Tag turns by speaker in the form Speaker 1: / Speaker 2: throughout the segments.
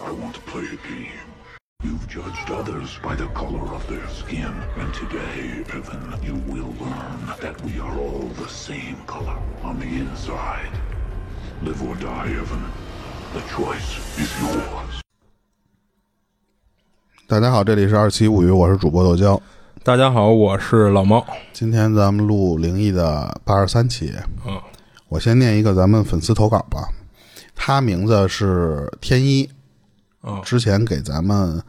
Speaker 1: don't play a game. You've judged others by the color of their skin, and today, Evan, you will learn that we are all the same color on the inside. Live or die, Evan. The choice is yours.
Speaker 2: 大家好，这里是二七物语，我是主播豆椒。
Speaker 3: 大家好，我是老猫。
Speaker 2: 今天咱们录灵异的八十三期，
Speaker 3: 嗯，
Speaker 2: 我先念一个咱们粉丝投稿吧。他名字是天一，
Speaker 3: 哦
Speaker 2: 之前给咱们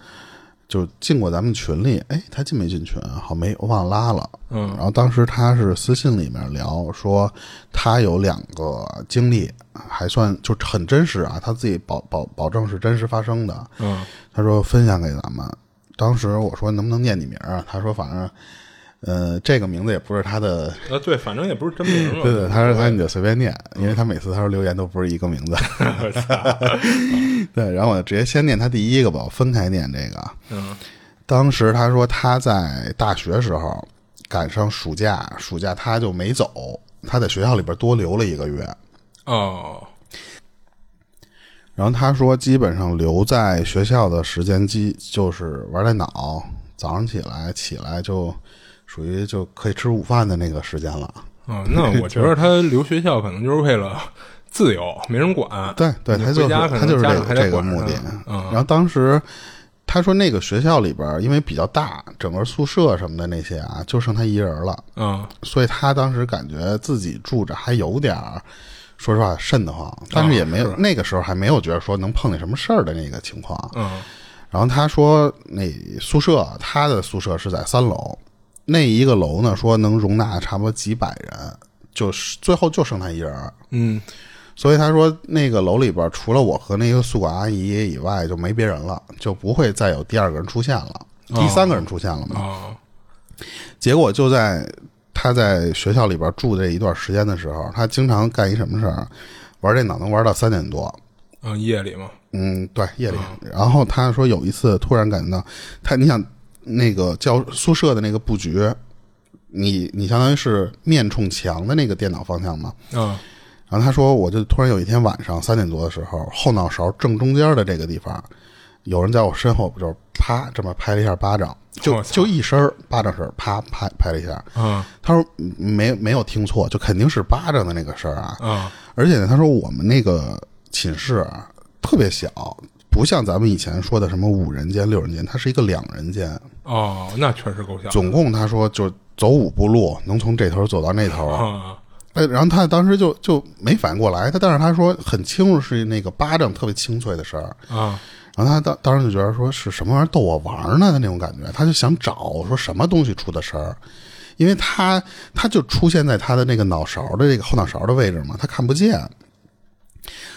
Speaker 2: 就进过咱们群里，哎，他进没进群啊？好没，我忘了拉了。
Speaker 3: 嗯
Speaker 2: 然后当时他是私信里面聊说，他有两个经历，还算就很真实啊，他自己保保保证是真实发生的。
Speaker 3: 嗯
Speaker 2: 他说分享给咱们。当时我说能不能念你名儿啊？他说反正，呃，这个名字也不是他的，
Speaker 3: 啊，对，反正也不是真名嘛。
Speaker 2: 对对，他说他你就随便念，因为他每次他说留言都不是一个名字。
Speaker 3: 我操，
Speaker 2: 对，然后我就直接先念他第一个吧，我分开念这个。
Speaker 3: 嗯
Speaker 2: 当时他说他在大学时候赶上暑假，暑假他就没走，他在学校里边多留了一个月。
Speaker 3: 哦，
Speaker 2: 然后他说，基本上留在学校的时间基就是玩电脑，早上起来起来就属于就可以吃午饭的那个时间了。
Speaker 3: 嗯，那我觉得他留学校可能就是为了自由，没人管。
Speaker 2: 对对，
Speaker 3: 你
Speaker 2: 他就是
Speaker 3: 回家可能
Speaker 2: 他就是
Speaker 3: 家
Speaker 2: 这
Speaker 3: 长还
Speaker 2: 个
Speaker 3: 得
Speaker 2: 这个
Speaker 3: 管
Speaker 2: 目
Speaker 3: 他
Speaker 2: 的。
Speaker 3: 嗯
Speaker 2: 然后当时他说那个学校里边因为比较大，整个宿舍什么的那些啊，就剩他一人了。
Speaker 3: 嗯
Speaker 2: 所以他当时感觉自己住着还有点儿，说实话瘆得慌，但
Speaker 3: 哦
Speaker 2: 是也没有、那个时候还没有觉得说能碰见什么事儿的那个情况。
Speaker 3: 嗯
Speaker 2: 然后他说那宿舍他的宿舍是在三楼，那一个楼呢说能容纳差不多几百人，就是最后就剩他一人儿。
Speaker 3: 嗯
Speaker 2: 所以他说，那个楼里边除了我和那个宿管阿姨以外，就没别人了，就不会再有第二个人出现了，第三个人出现了嘛。
Speaker 3: 哦
Speaker 2: 结果就在他在学校里边住这一段时间的时候，他经常干一什么事儿，玩电脑能玩到三点多。
Speaker 3: 嗯，夜里嘛，
Speaker 2: 嗯，对，夜里。然后他说有一次突然感觉到，他你想那个教宿舍的那个布局，你你相当于是面冲墙的那个电脑方向嘛。
Speaker 3: 嗯
Speaker 2: 然后他说，我就突然有一天晚上三点多的时候，后脑勺正中间的这个地方，有人在我身后就是啪这么拍了一下巴掌，就
Speaker 3: 我操
Speaker 2: 就一声儿巴掌声儿，啪拍拍了一下。
Speaker 3: 嗯
Speaker 2: 他说嗯没没有听错，就肯定是巴掌的那个事儿啊。
Speaker 3: 嗯
Speaker 2: 而且呢，他说我们那个寝室啊特别小，不像咱们以前说的什么五人间、六人间，它是一个两人间。
Speaker 3: 哦，那确实够呛。
Speaker 2: 总共他说就走五步路，能从这头走到那 头。
Speaker 3: 嗯
Speaker 2: 哎，然后他当时就就没反应过来，他但是他说很清楚是那个巴掌特别清脆的声儿，
Speaker 3: 嗯
Speaker 2: 然后他当当时就觉得说是什么玩意儿逗我玩儿呢的那种感觉，他就想找说什么东西出的声儿，因为他他就出现在他的那个脑勺的这个后脑勺的位置嘛，他看不见。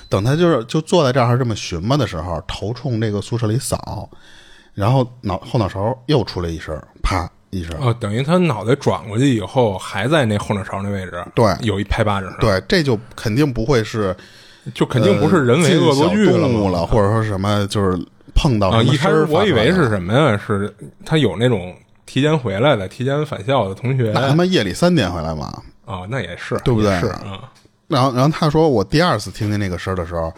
Speaker 2: 等他就是就坐在这儿这么寻摸的时候，头冲这个宿舍里扫，然后脑后脑勺又出来一声，啪一声，
Speaker 3: 哦，等于他脑袋转过去以后，还在那后脑勺那位置，
Speaker 2: 对
Speaker 3: 有一拍巴掌声，，
Speaker 2: 对，这就肯定不会是
Speaker 3: 就肯定不是人为恶作剧
Speaker 2: 了
Speaker 3: 了嘛
Speaker 2: 呃动物了，或者说什么就是碰到
Speaker 3: 啊，
Speaker 2: 什么
Speaker 3: 一开
Speaker 2: 声
Speaker 3: 始
Speaker 2: 儿
Speaker 3: 我以为
Speaker 2: 发出来
Speaker 3: 是
Speaker 2: 的。
Speaker 3: 什么呀？是他有那种提前回来的、提前返校的同学
Speaker 2: 那他妈夜里三点回来嘛？
Speaker 3: 哦，那也是，
Speaker 2: 对不对
Speaker 3: 也是啊，
Speaker 2: 然后，然后他说我第二次听见那个声儿的时候，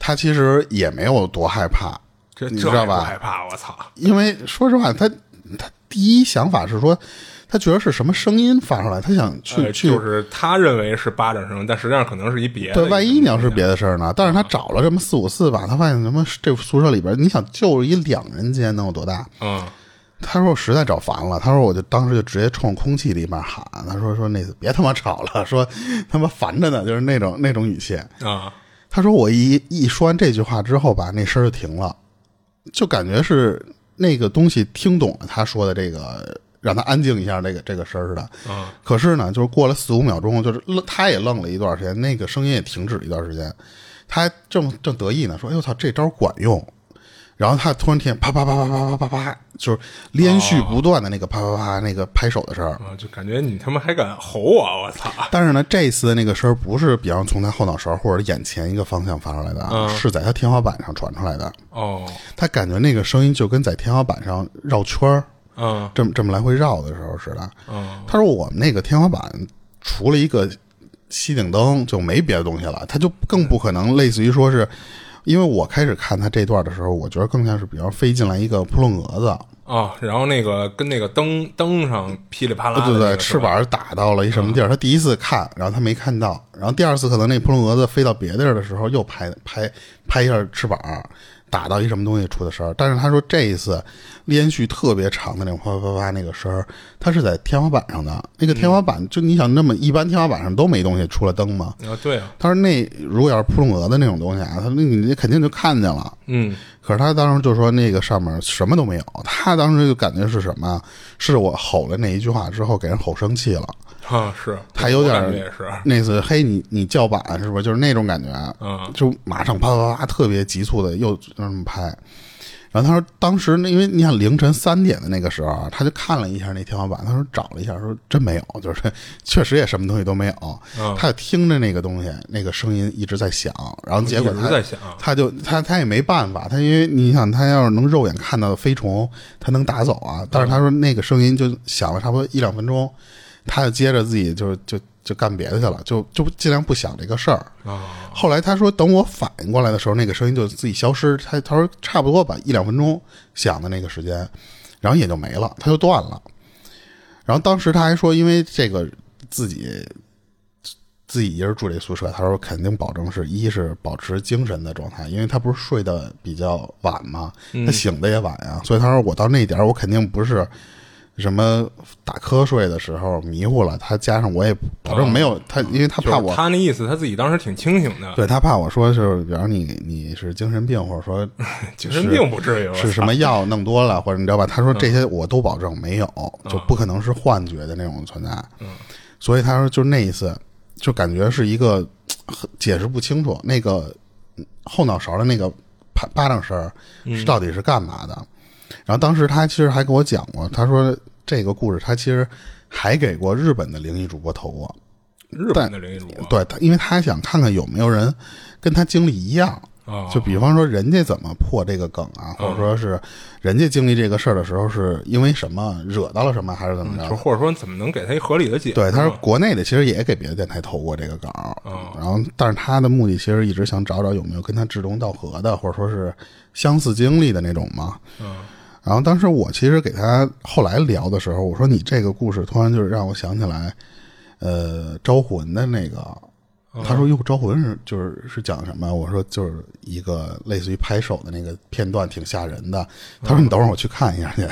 Speaker 2: 他其实也没有多害怕，
Speaker 3: 这
Speaker 2: 你
Speaker 3: 这
Speaker 2: 知道
Speaker 3: 还不
Speaker 2: 吧
Speaker 3: 害？怕，我操！
Speaker 2: 因为说实话，他他第一想法是说，他觉得是什么声音发出来，他想去、
Speaker 3: 呃
Speaker 2: 去
Speaker 3: 就是他认为是巴掌声，但实际上可能是一别的。
Speaker 2: 对，万一你要
Speaker 3: 啊
Speaker 2: 是别的事儿呢？但是他找了这么四五次吧，他发现什么这宿舍里边，你想就是一两人间能有多大？
Speaker 3: 嗯
Speaker 2: 他说我实在找烦了，他说我就当时就直接冲空气里面喊，他说说那别他妈吵了，说他妈烦着呢，就是那种那种语气。
Speaker 3: 啊
Speaker 2: 他说我一一说完这句话之后吧，那声儿就停了，就感觉是那个东西听懂了他说的这个，让他安静一下这个这个声儿似的。
Speaker 3: 啊
Speaker 2: 可是呢，就是过了四五秒钟，就是愣他也愣了一段时间，那个声音也停止了一段时间，他还正正得意呢，说：“哎呦操，这招管用。”然后他突然听见啪啪啪啪啪啪啪啪，就是连续不断的那个啪啪啪那个拍手的声儿。
Speaker 3: 啊！就感觉你他妈还敢吼我，我操！
Speaker 2: 但是呢，这次的那个声儿不是，比方从他后脑勺或者眼前一个方向发出来的，啊，是在他天花板上传出来的。
Speaker 3: 哦，
Speaker 2: 他感觉那个声音就跟在天花板上绕圈儿，
Speaker 3: 嗯
Speaker 2: 这么这么来回绕的时候似的。
Speaker 3: 嗯
Speaker 2: 他说我们那个天花板除了一个吸顶灯就没别的东西了，他就更不可能类似于说是因为我开始看他这段的时候，我觉得更像是比方飞进来一个扑棱蛾子，
Speaker 3: 啊，然后那个跟那个灯灯上噼里啪啦的
Speaker 2: 对
Speaker 3: 那
Speaker 2: 对
Speaker 3: 个，
Speaker 2: 对，
Speaker 3: 是
Speaker 2: 翅
Speaker 3: 吧嗯
Speaker 2: 膀打到了一什么地儿，他第一次看，然后他没看到，然后第二次可能那扑棱蛾子飞到别地儿的时候，又拍拍拍一下翅膀，打到一什么东西出的声儿。但是他说这一次连续特别长的那种啪啪啪啪那个声儿，它是在天花板上的，那个天花
Speaker 3: 嗯
Speaker 2: 板、就你想那么一般天花板上都没东西，除了灯嘛。
Speaker 3: 啊，对啊，
Speaker 2: 他说那如果要是扑棱蛾子那种东西啊，他说那你肯定就看见了。
Speaker 3: 嗯，
Speaker 2: 可是他当时就说那个上面什么都没有，他当时就感觉是什么啊？是我吼了那一句话之后给人吼生气了，
Speaker 3: 啊是，
Speaker 2: 他有
Speaker 3: 我
Speaker 2: 点
Speaker 3: 感觉也是，
Speaker 2: 那次嘿你你叫板是不是？就是那种感觉啊，
Speaker 3: 嗯
Speaker 2: 就马上啪啪啪特别急促的又那么拍。然后他说当时那因为你想凌晨三点的那个时候啊，他就看了一下那天花板，他说找了一下，说真没有，就是确实也什么东西都没有。
Speaker 3: 嗯
Speaker 2: 他就听着那个东西，那个声音一直在响，然后结果
Speaker 3: 哦一直
Speaker 2: 他
Speaker 3: 在想啊
Speaker 2: 他就他他也没办法，他因为你想，他要是能肉眼看到的飞虫，他能打走啊。但是他说那个声音就响了差不多一两分钟，他就接着自己就就就干别的去了，就就尽量不想这个事儿。
Speaker 3: 啊，
Speaker 2: 后来他说，等我反应过来的时候，那个声音就自己消失。他他说差不多吧，一两分钟响的那个时间，然后也就没了，他就断了。然后当时他还说，因为这个自己自己一人住这宿舍，他说肯定保证是一是保持精神的状态，因为他不是睡得比较晚嘛，
Speaker 3: 嗯
Speaker 2: 他醒的也晚啊，所以他说我到那点儿我肯定不是。什么打瞌睡的时候迷糊了，他加上我也保证没有、他，因为他
Speaker 3: 就
Speaker 2: 怕
Speaker 3: 是
Speaker 2: 我
Speaker 3: 他那意思，他自己当时挺清醒的，
Speaker 2: 对他怕我说是，比方你你是精神病，或者说
Speaker 3: 精神病不至于，我嗯
Speaker 2: 是什么药弄多了，或者你知道吧？他说这些我都保证没有，就不可能是幻觉的那种存在。嗯，所以他说就那一次，就感觉是一个很解释不清楚那个嗯后脑勺的那个巴巴掌声儿
Speaker 3: 嗯
Speaker 2: 是到底是干嘛的。然后当时他其实还跟我讲过，他说这个故事他其实还给过日本的灵异主播投过。
Speaker 3: 日本的灵异主播
Speaker 2: 对他，因为他想看看有没有人跟他经历一样，
Speaker 3: 啊，
Speaker 2: 就比方说人家怎么破这个梗啊，或者说是人家经历这个事儿的时候是因为什么惹到了什么，还是怎么
Speaker 3: 就
Speaker 2: 着？
Speaker 3: 或者说怎么能给他一合理的解释？
Speaker 2: 啊对，他说国内的其实也给别的电台投过这个稿，然后但是他的目的其实一直想找找有没有跟他志同道合的，或者说是相似经历的那种嘛。
Speaker 3: 嗯
Speaker 2: 然后当时我其实给他后来聊的时候，我说你这个故事突然就是让我想起来，呃，招魂的那个。他说：“哟，招魂是就是是讲什么？”我说：“就是一个类似于拍手的那个片段，挺吓人的。”他说：“你等会儿我去看一下去。”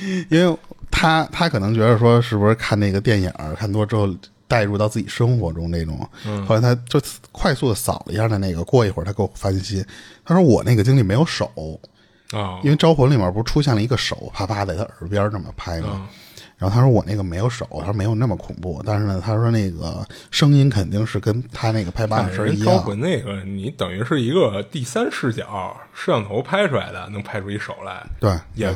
Speaker 2: 因为他他可能觉得说是不是看那个电影儿看多之后带入到自己生活中那种，
Speaker 3: 嗯
Speaker 2: 后来他就快速的扫了一下他那个，过一会儿他给我翻新，他说我那个经历没有手，
Speaker 3: 啊
Speaker 2: 因为《招魂》里面不是出现了一个手啪啪在他耳边这么拍吗？
Speaker 3: 嗯
Speaker 2: 然后他说我那个没有手，他说没有那么恐怖，但是呢，他说那个声音肯定是跟他那个拍巴掌
Speaker 3: 但
Speaker 2: 声
Speaker 3: 是啊哎人
Speaker 2: 一
Speaker 3: 招
Speaker 2: 样。
Speaker 3: 魂那个，你等于是一个第三视角摄像头拍出来的，能拍出一手来，
Speaker 2: 对，
Speaker 3: 也，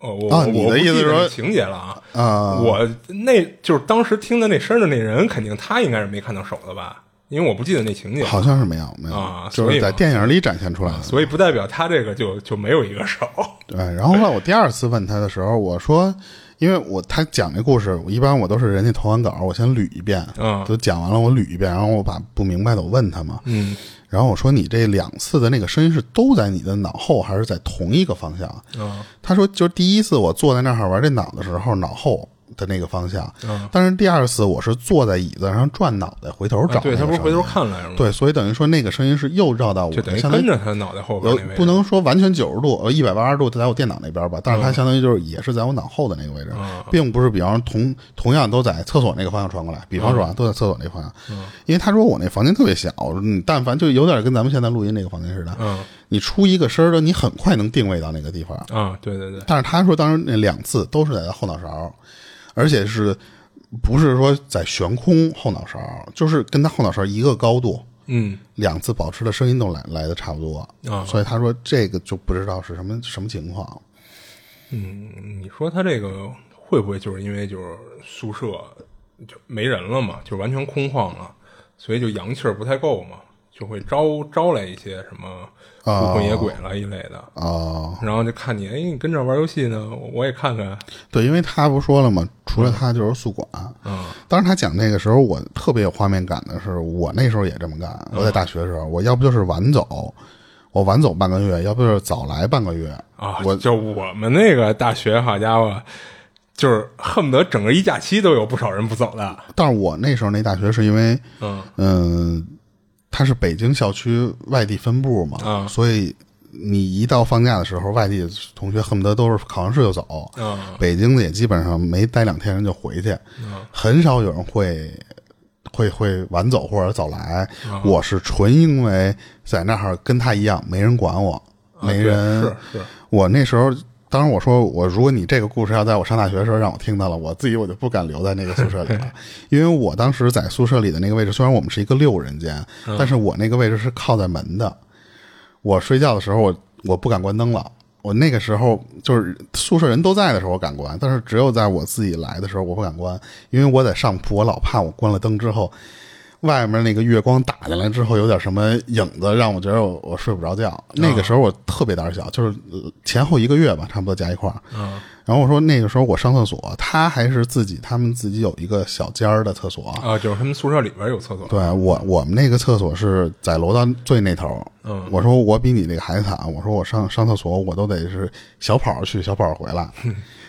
Speaker 3: 哦，我
Speaker 2: 啊
Speaker 3: 我
Speaker 2: 你的
Speaker 3: 我不
Speaker 2: 意思
Speaker 3: 记得
Speaker 2: 说
Speaker 3: 那情节了啊？
Speaker 2: 啊
Speaker 3: 我那就是当时听的那声儿的那人，肯定他应该是没看到手的吧？因为我不记得那情节了，
Speaker 2: 好像是没有没有，
Speaker 3: 啊
Speaker 2: 就
Speaker 3: 所以
Speaker 2: 是在
Speaker 3: 嘛啊
Speaker 2: 电影里展现出来的。
Speaker 3: 所以不代表他这个就就没有一个手。
Speaker 2: 对，然后后来我第二次问他的时候，我说，因为我他讲这故事，我一般我都是人家投完稿，我先捋一遍，
Speaker 3: 嗯
Speaker 2: 都讲完了我捋一遍，然后我把不明白的我问他嘛，
Speaker 3: 嗯，
Speaker 2: 然后我说你这两次的那个声音是都在你的脑后，还是在同一个方向？
Speaker 3: 啊
Speaker 2: 他说，就是第一次我坐在那儿玩这脑的时候，脑后的那个方向，
Speaker 3: 嗯
Speaker 2: 但是第二次我是坐在椅子上转脑袋回头找、
Speaker 3: 啊对他不是回头，看来了吗？，
Speaker 2: 对，所以等于说那个声音是又绕到我
Speaker 3: 就等
Speaker 2: 的，
Speaker 3: 于
Speaker 2: 相当于
Speaker 3: 跟着他脑袋后边
Speaker 2: 有
Speaker 3: 那位置，
Speaker 2: 不能说完全九十度，呃，一百八十度在我电脑那边吧，但是
Speaker 3: 嗯
Speaker 2: 它相当于就是也是在我脑后的那个位置，并不是比方说同同样都在厕所那个方向传过来，比方说啊，
Speaker 3: 嗯
Speaker 2: 都在厕所那方向，因为他说我那房间特别小，我说你但凡就有点跟咱们现在录音那个房间似的，
Speaker 3: 嗯
Speaker 2: 你出一个声儿的，你很快能定位到那个地方，
Speaker 3: 啊，对对对，
Speaker 2: 但是他说当时那两次都是在他后脑勺，而且是不是说在悬空后脑勺，就是跟他后脑勺一个高度，
Speaker 3: 嗯
Speaker 2: 两次保持的声音都来来的差不多，
Speaker 3: 啊
Speaker 2: 所以他说这个就不知道是什么什么情况。
Speaker 3: 嗯，你说他这个会不会就是因为就是宿舍就没人了嘛，就完全空旷了，所以就阳气儿不太够嘛，就会招招来一些什么
Speaker 2: 啊
Speaker 3: 孤魂野鬼了一类的。
Speaker 2: 哦、
Speaker 3: 然后就看你，哎，你跟这玩游戏呢，我我也看看，
Speaker 2: 对，因为他不说了嘛，除了他就是宿管。
Speaker 3: 嗯，
Speaker 2: 当时他讲这个时候，我
Speaker 3: 嗯
Speaker 2: 特别有画面感的是，我那时候也这么干。我在大学的时候，我要不就是晚走，我晚走半个月，要不就是早来半个月
Speaker 3: 啊，
Speaker 2: 我
Speaker 3: 就我们那个大学，好家伙，就是恨不得整个一假期都有不少人不走的。
Speaker 2: 但是我那时候那大学是因为，
Speaker 3: 嗯
Speaker 2: 嗯，它是北京校区外地分部嘛，
Speaker 3: 啊
Speaker 2: 所以你一到放假的时候，外地同学恨不得都是考完试就走，
Speaker 3: 啊
Speaker 2: 北京的也基本上没待两天人就回去，
Speaker 3: 嗯
Speaker 2: 很少有人会。会会晚走或者早来，
Speaker 3: 嗯
Speaker 2: 我是纯因为在那儿跟他一样没人管我，没
Speaker 3: 啊对
Speaker 2: 人、
Speaker 3: 是是，
Speaker 2: 我那时候，当然我说我，如果你这个故事要在我上大学的时候让我听到了，我自己我就不敢留在那个宿舍 里了，因为我当时在宿舍里的那个位置，虽然我们是一个六人间，
Speaker 3: 嗯
Speaker 2: 但是我那个位置是靠在门的。我睡觉的时候，我我不敢关灯了。我那个时候就是宿舍人都在的时候，我敢关，但是只有在我自己来的时候，我不敢关，因为我在上铺，我老怕我关了灯之后，外面那个月光打进来之后有点什么影子，让我觉得我我睡不着觉。那个时候我特别胆小，就是呃前后一个月吧，差不多加一块儿。
Speaker 3: 嗯
Speaker 2: 然后我说那个时候我上厕所，他还是自己他们自己有一个小间儿的厕所。
Speaker 3: 啊，就是他们宿舍里边有厕所。
Speaker 2: 对我我们那个厕所是在楼道最那头。
Speaker 3: 嗯
Speaker 2: 我说我比你这个还惨，我说我上上厕所我都得是小跑去小跑回来，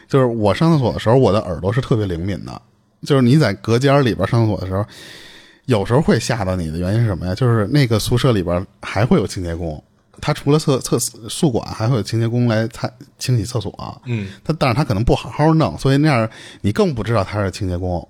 Speaker 2: 就是我上厕所的时候我的耳朵是特别灵敏的，就是你在隔间里边上厕所的时候，有时候会吓到你的原因是什么呀？就是那个宿舍里边还会有清洁工。他除了厕厕宿管，还会有清洁工来擦清洗厕所。
Speaker 3: 嗯，
Speaker 2: 他但是他可能不好好弄，所以那样你更不知道他是清洁工。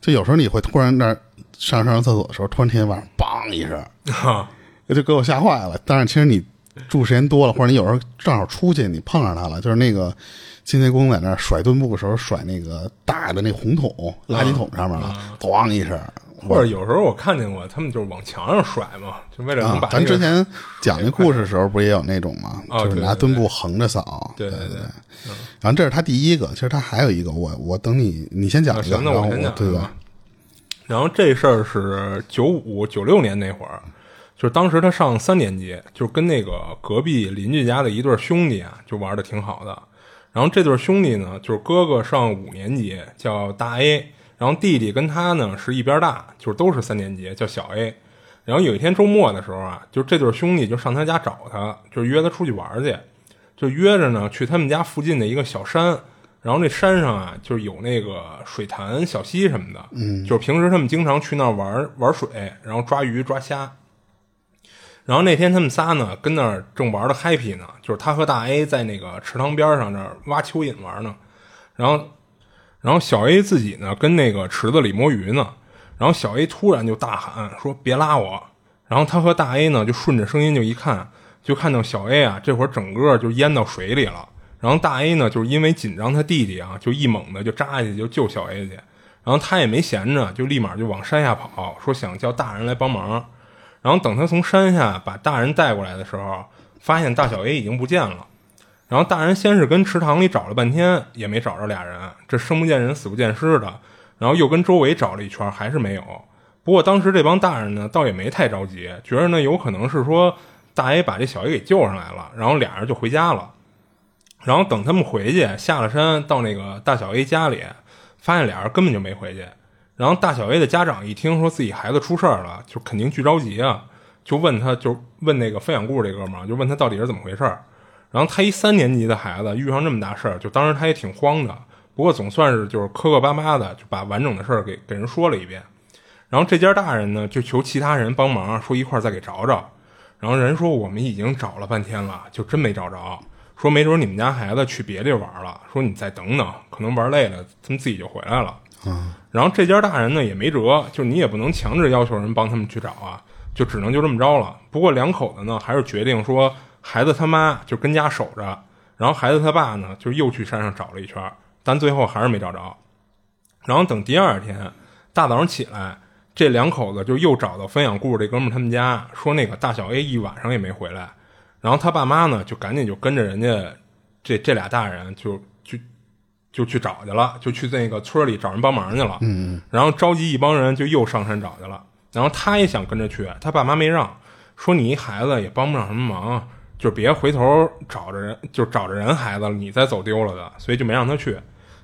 Speaker 2: 就有时候你会突然那儿上上厕所的时候，突然听见外面梆一声，
Speaker 3: 哈
Speaker 2: 就给我吓坏了。但是其实你住时间多了，或者你有时候正好出去，你碰上他了，就是那个清洁工在那儿甩墩布的时候甩那个大的那红桶垃圾桶上面了，咣一声。
Speaker 3: 啊或者有时候我看见过，他们就是往墙上甩嘛，就为了能
Speaker 2: 啊
Speaker 3: 把、，
Speaker 2: 咱之前讲那故事的时候，不也有那种吗？
Speaker 3: 哦
Speaker 2: 就是
Speaker 3: 对
Speaker 2: 拿
Speaker 3: 对
Speaker 2: 墩布横着扫。
Speaker 3: 对
Speaker 2: 对
Speaker 3: 对对
Speaker 2: 然后这是他第一个，其实他还有一个，我我等你，你先讲
Speaker 3: 啊
Speaker 2: 一个，
Speaker 3: 行，那
Speaker 2: 然后
Speaker 3: 我先讲
Speaker 2: 对
Speaker 3: 啊
Speaker 2: 吧？
Speaker 3: 然后这事儿是九五九六年那会儿，就是当时他上三年级，就是跟那个隔壁邻居家的一对兄弟啊，就玩的挺好的。然后这对兄弟呢，就是哥哥上五年级，叫大 A，然后弟弟跟他呢是一边大，就是都是三年级，叫小 A。然后有一天周末的时候啊，就这对兄弟就上他家找他，就是约他出去玩儿去，就约着呢去他们家附近的一个小山，然后那山上啊就是有那个水潭、小溪什么的，嗯，就是平时他们经常去那儿玩儿玩水，然后抓鱼、抓虾。然后那天他们仨呢跟那儿正玩的 happy 呢，就是他和大 A 在那个池塘边上那儿挖蚯蚓玩呢，然后然后小 A 自己呢跟那个池子里摸鱼呢，然后小 A 突然就大喊说别拉我，然后他和大 A 呢就顺着声音就一看，就看到小 A 啊这会儿整个就淹到水里了，然后大 A 呢就是因为紧张他弟弟啊就一猛的就扎下去就救小 A 去，然后他也没闲着就立马就往山下跑，说想叫大人来帮忙，然后等他从山下把大人带过来的时候，发现大小 A 已经不见了。然后大人先是跟池塘里找了半天，也没找着俩人，这生不见人死不见尸的。然后又跟周围找了一圈，还是没有。不过当时这帮大人呢，倒也没太着急，觉着呢有可能是说大 A 把这小 A 给救上来了，然后俩人就回家了。然后等他们回去，下了山到那个大小 A 家里，发现俩人根本就没回去。然后大小 A 的家长一听说自己孩子出事儿了，就肯定巨着急啊，就问他，就问那个分享故事这哥们儿，就问他到底是怎么回事儿。然后他一三年级的孩子遇上这么大事儿，就当时他也挺慌的，不过总算是就是磕磕巴巴的就把完整的事儿给给人说了一遍。然后这家大人呢就求其他人帮忙，说一块儿再给找找。然后人说我们已经找了半天了，就真没找着。说没准你们家孩子去别地儿玩了，说你再等等，可能玩累了，他们自己就回来了。然后这家大人呢也没辙，就你也不能强制要求人帮他们去找啊，就只能就这么着了。不过两口子呢还是决定说，孩子他妈就跟家守着，然后孩子他爸呢就又去山上找了一圈儿，但最后还是没找着。然后等第二天大早上起来，这两口子就又找到分享故事这哥们儿他们家，说那个大小 A 一晚上也没回来。然后他爸妈呢就赶紧就跟着人家这这俩大人就就就去找去了，就去那个村里找人帮忙去了。嗯，然后召集一帮人就又上山找去了。然后他也想跟着去，他爸妈没让，说你一孩子也帮不上什么忙，就别回头找着人，就找着人孩子了，你再走丢了的，所以就没让他去。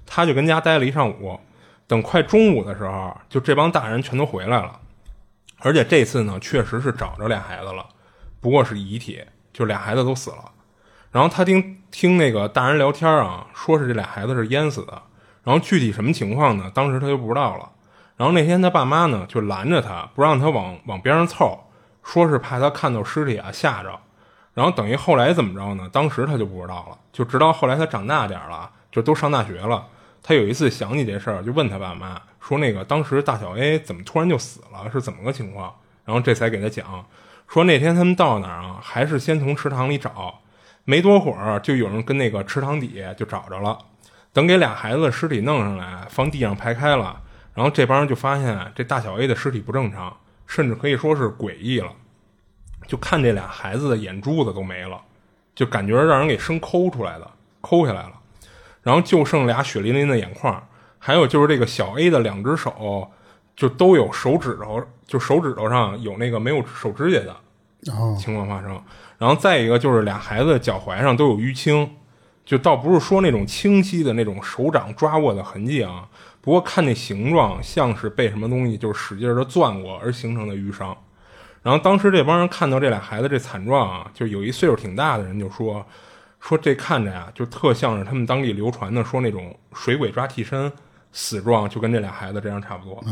Speaker 3: 他就跟家待了一上午，等快中午的时候，就这帮大人全都回来了。而且这次呢，确实是找着俩孩子了，不过是遗体，就俩孩子都死了。然后他听听那个大人聊天啊，说是这俩孩子是淹死的，然后具体什么情况呢？当时他就不知道了。然后那天他爸妈呢就拦着他，不让他往往边上凑，说是怕他看到尸体啊吓着。然后等于后来怎么着呢？当时他就不知道了，就直到后来他长大点儿了，就都上大学了。他有一次想起这事儿，就问他爸妈说：“那个当时大小 A 哎怎么突然就死了，是怎么个情况？”然后这才给他讲，说那天他们到哪儿啊，还是先从池塘里找，没多会儿就有人跟那个池塘底下就找着了。等给俩孩子的尸体弄上来，放地上排开了，然后这帮人就发现啊这大小 A 的尸体不正常，甚至可以说是诡异了。就看这俩孩子的眼珠子都没了，就感觉让人给生抠出来的，抠下来了。然后就剩俩血淋淋的眼眶，还有就是这个小 A 的两只手，就都有手指头，就手指头上有那个没有手指甲的
Speaker 2: 哦，
Speaker 3: 情况发生。然后再一个就是俩孩子的脚踝上都有淤青，就倒不是说那种清晰的那种手掌抓握的痕迹啊，不过看那形状像是被什么东西就是使劲的攥过而形成的淤伤。然后当时这帮人看到这俩孩子这惨状啊，就有一岁数挺大的人就说，说这看着呀、就特像是他们当地流传的说那种水鬼抓替身死状，就跟这俩孩子这样差不多。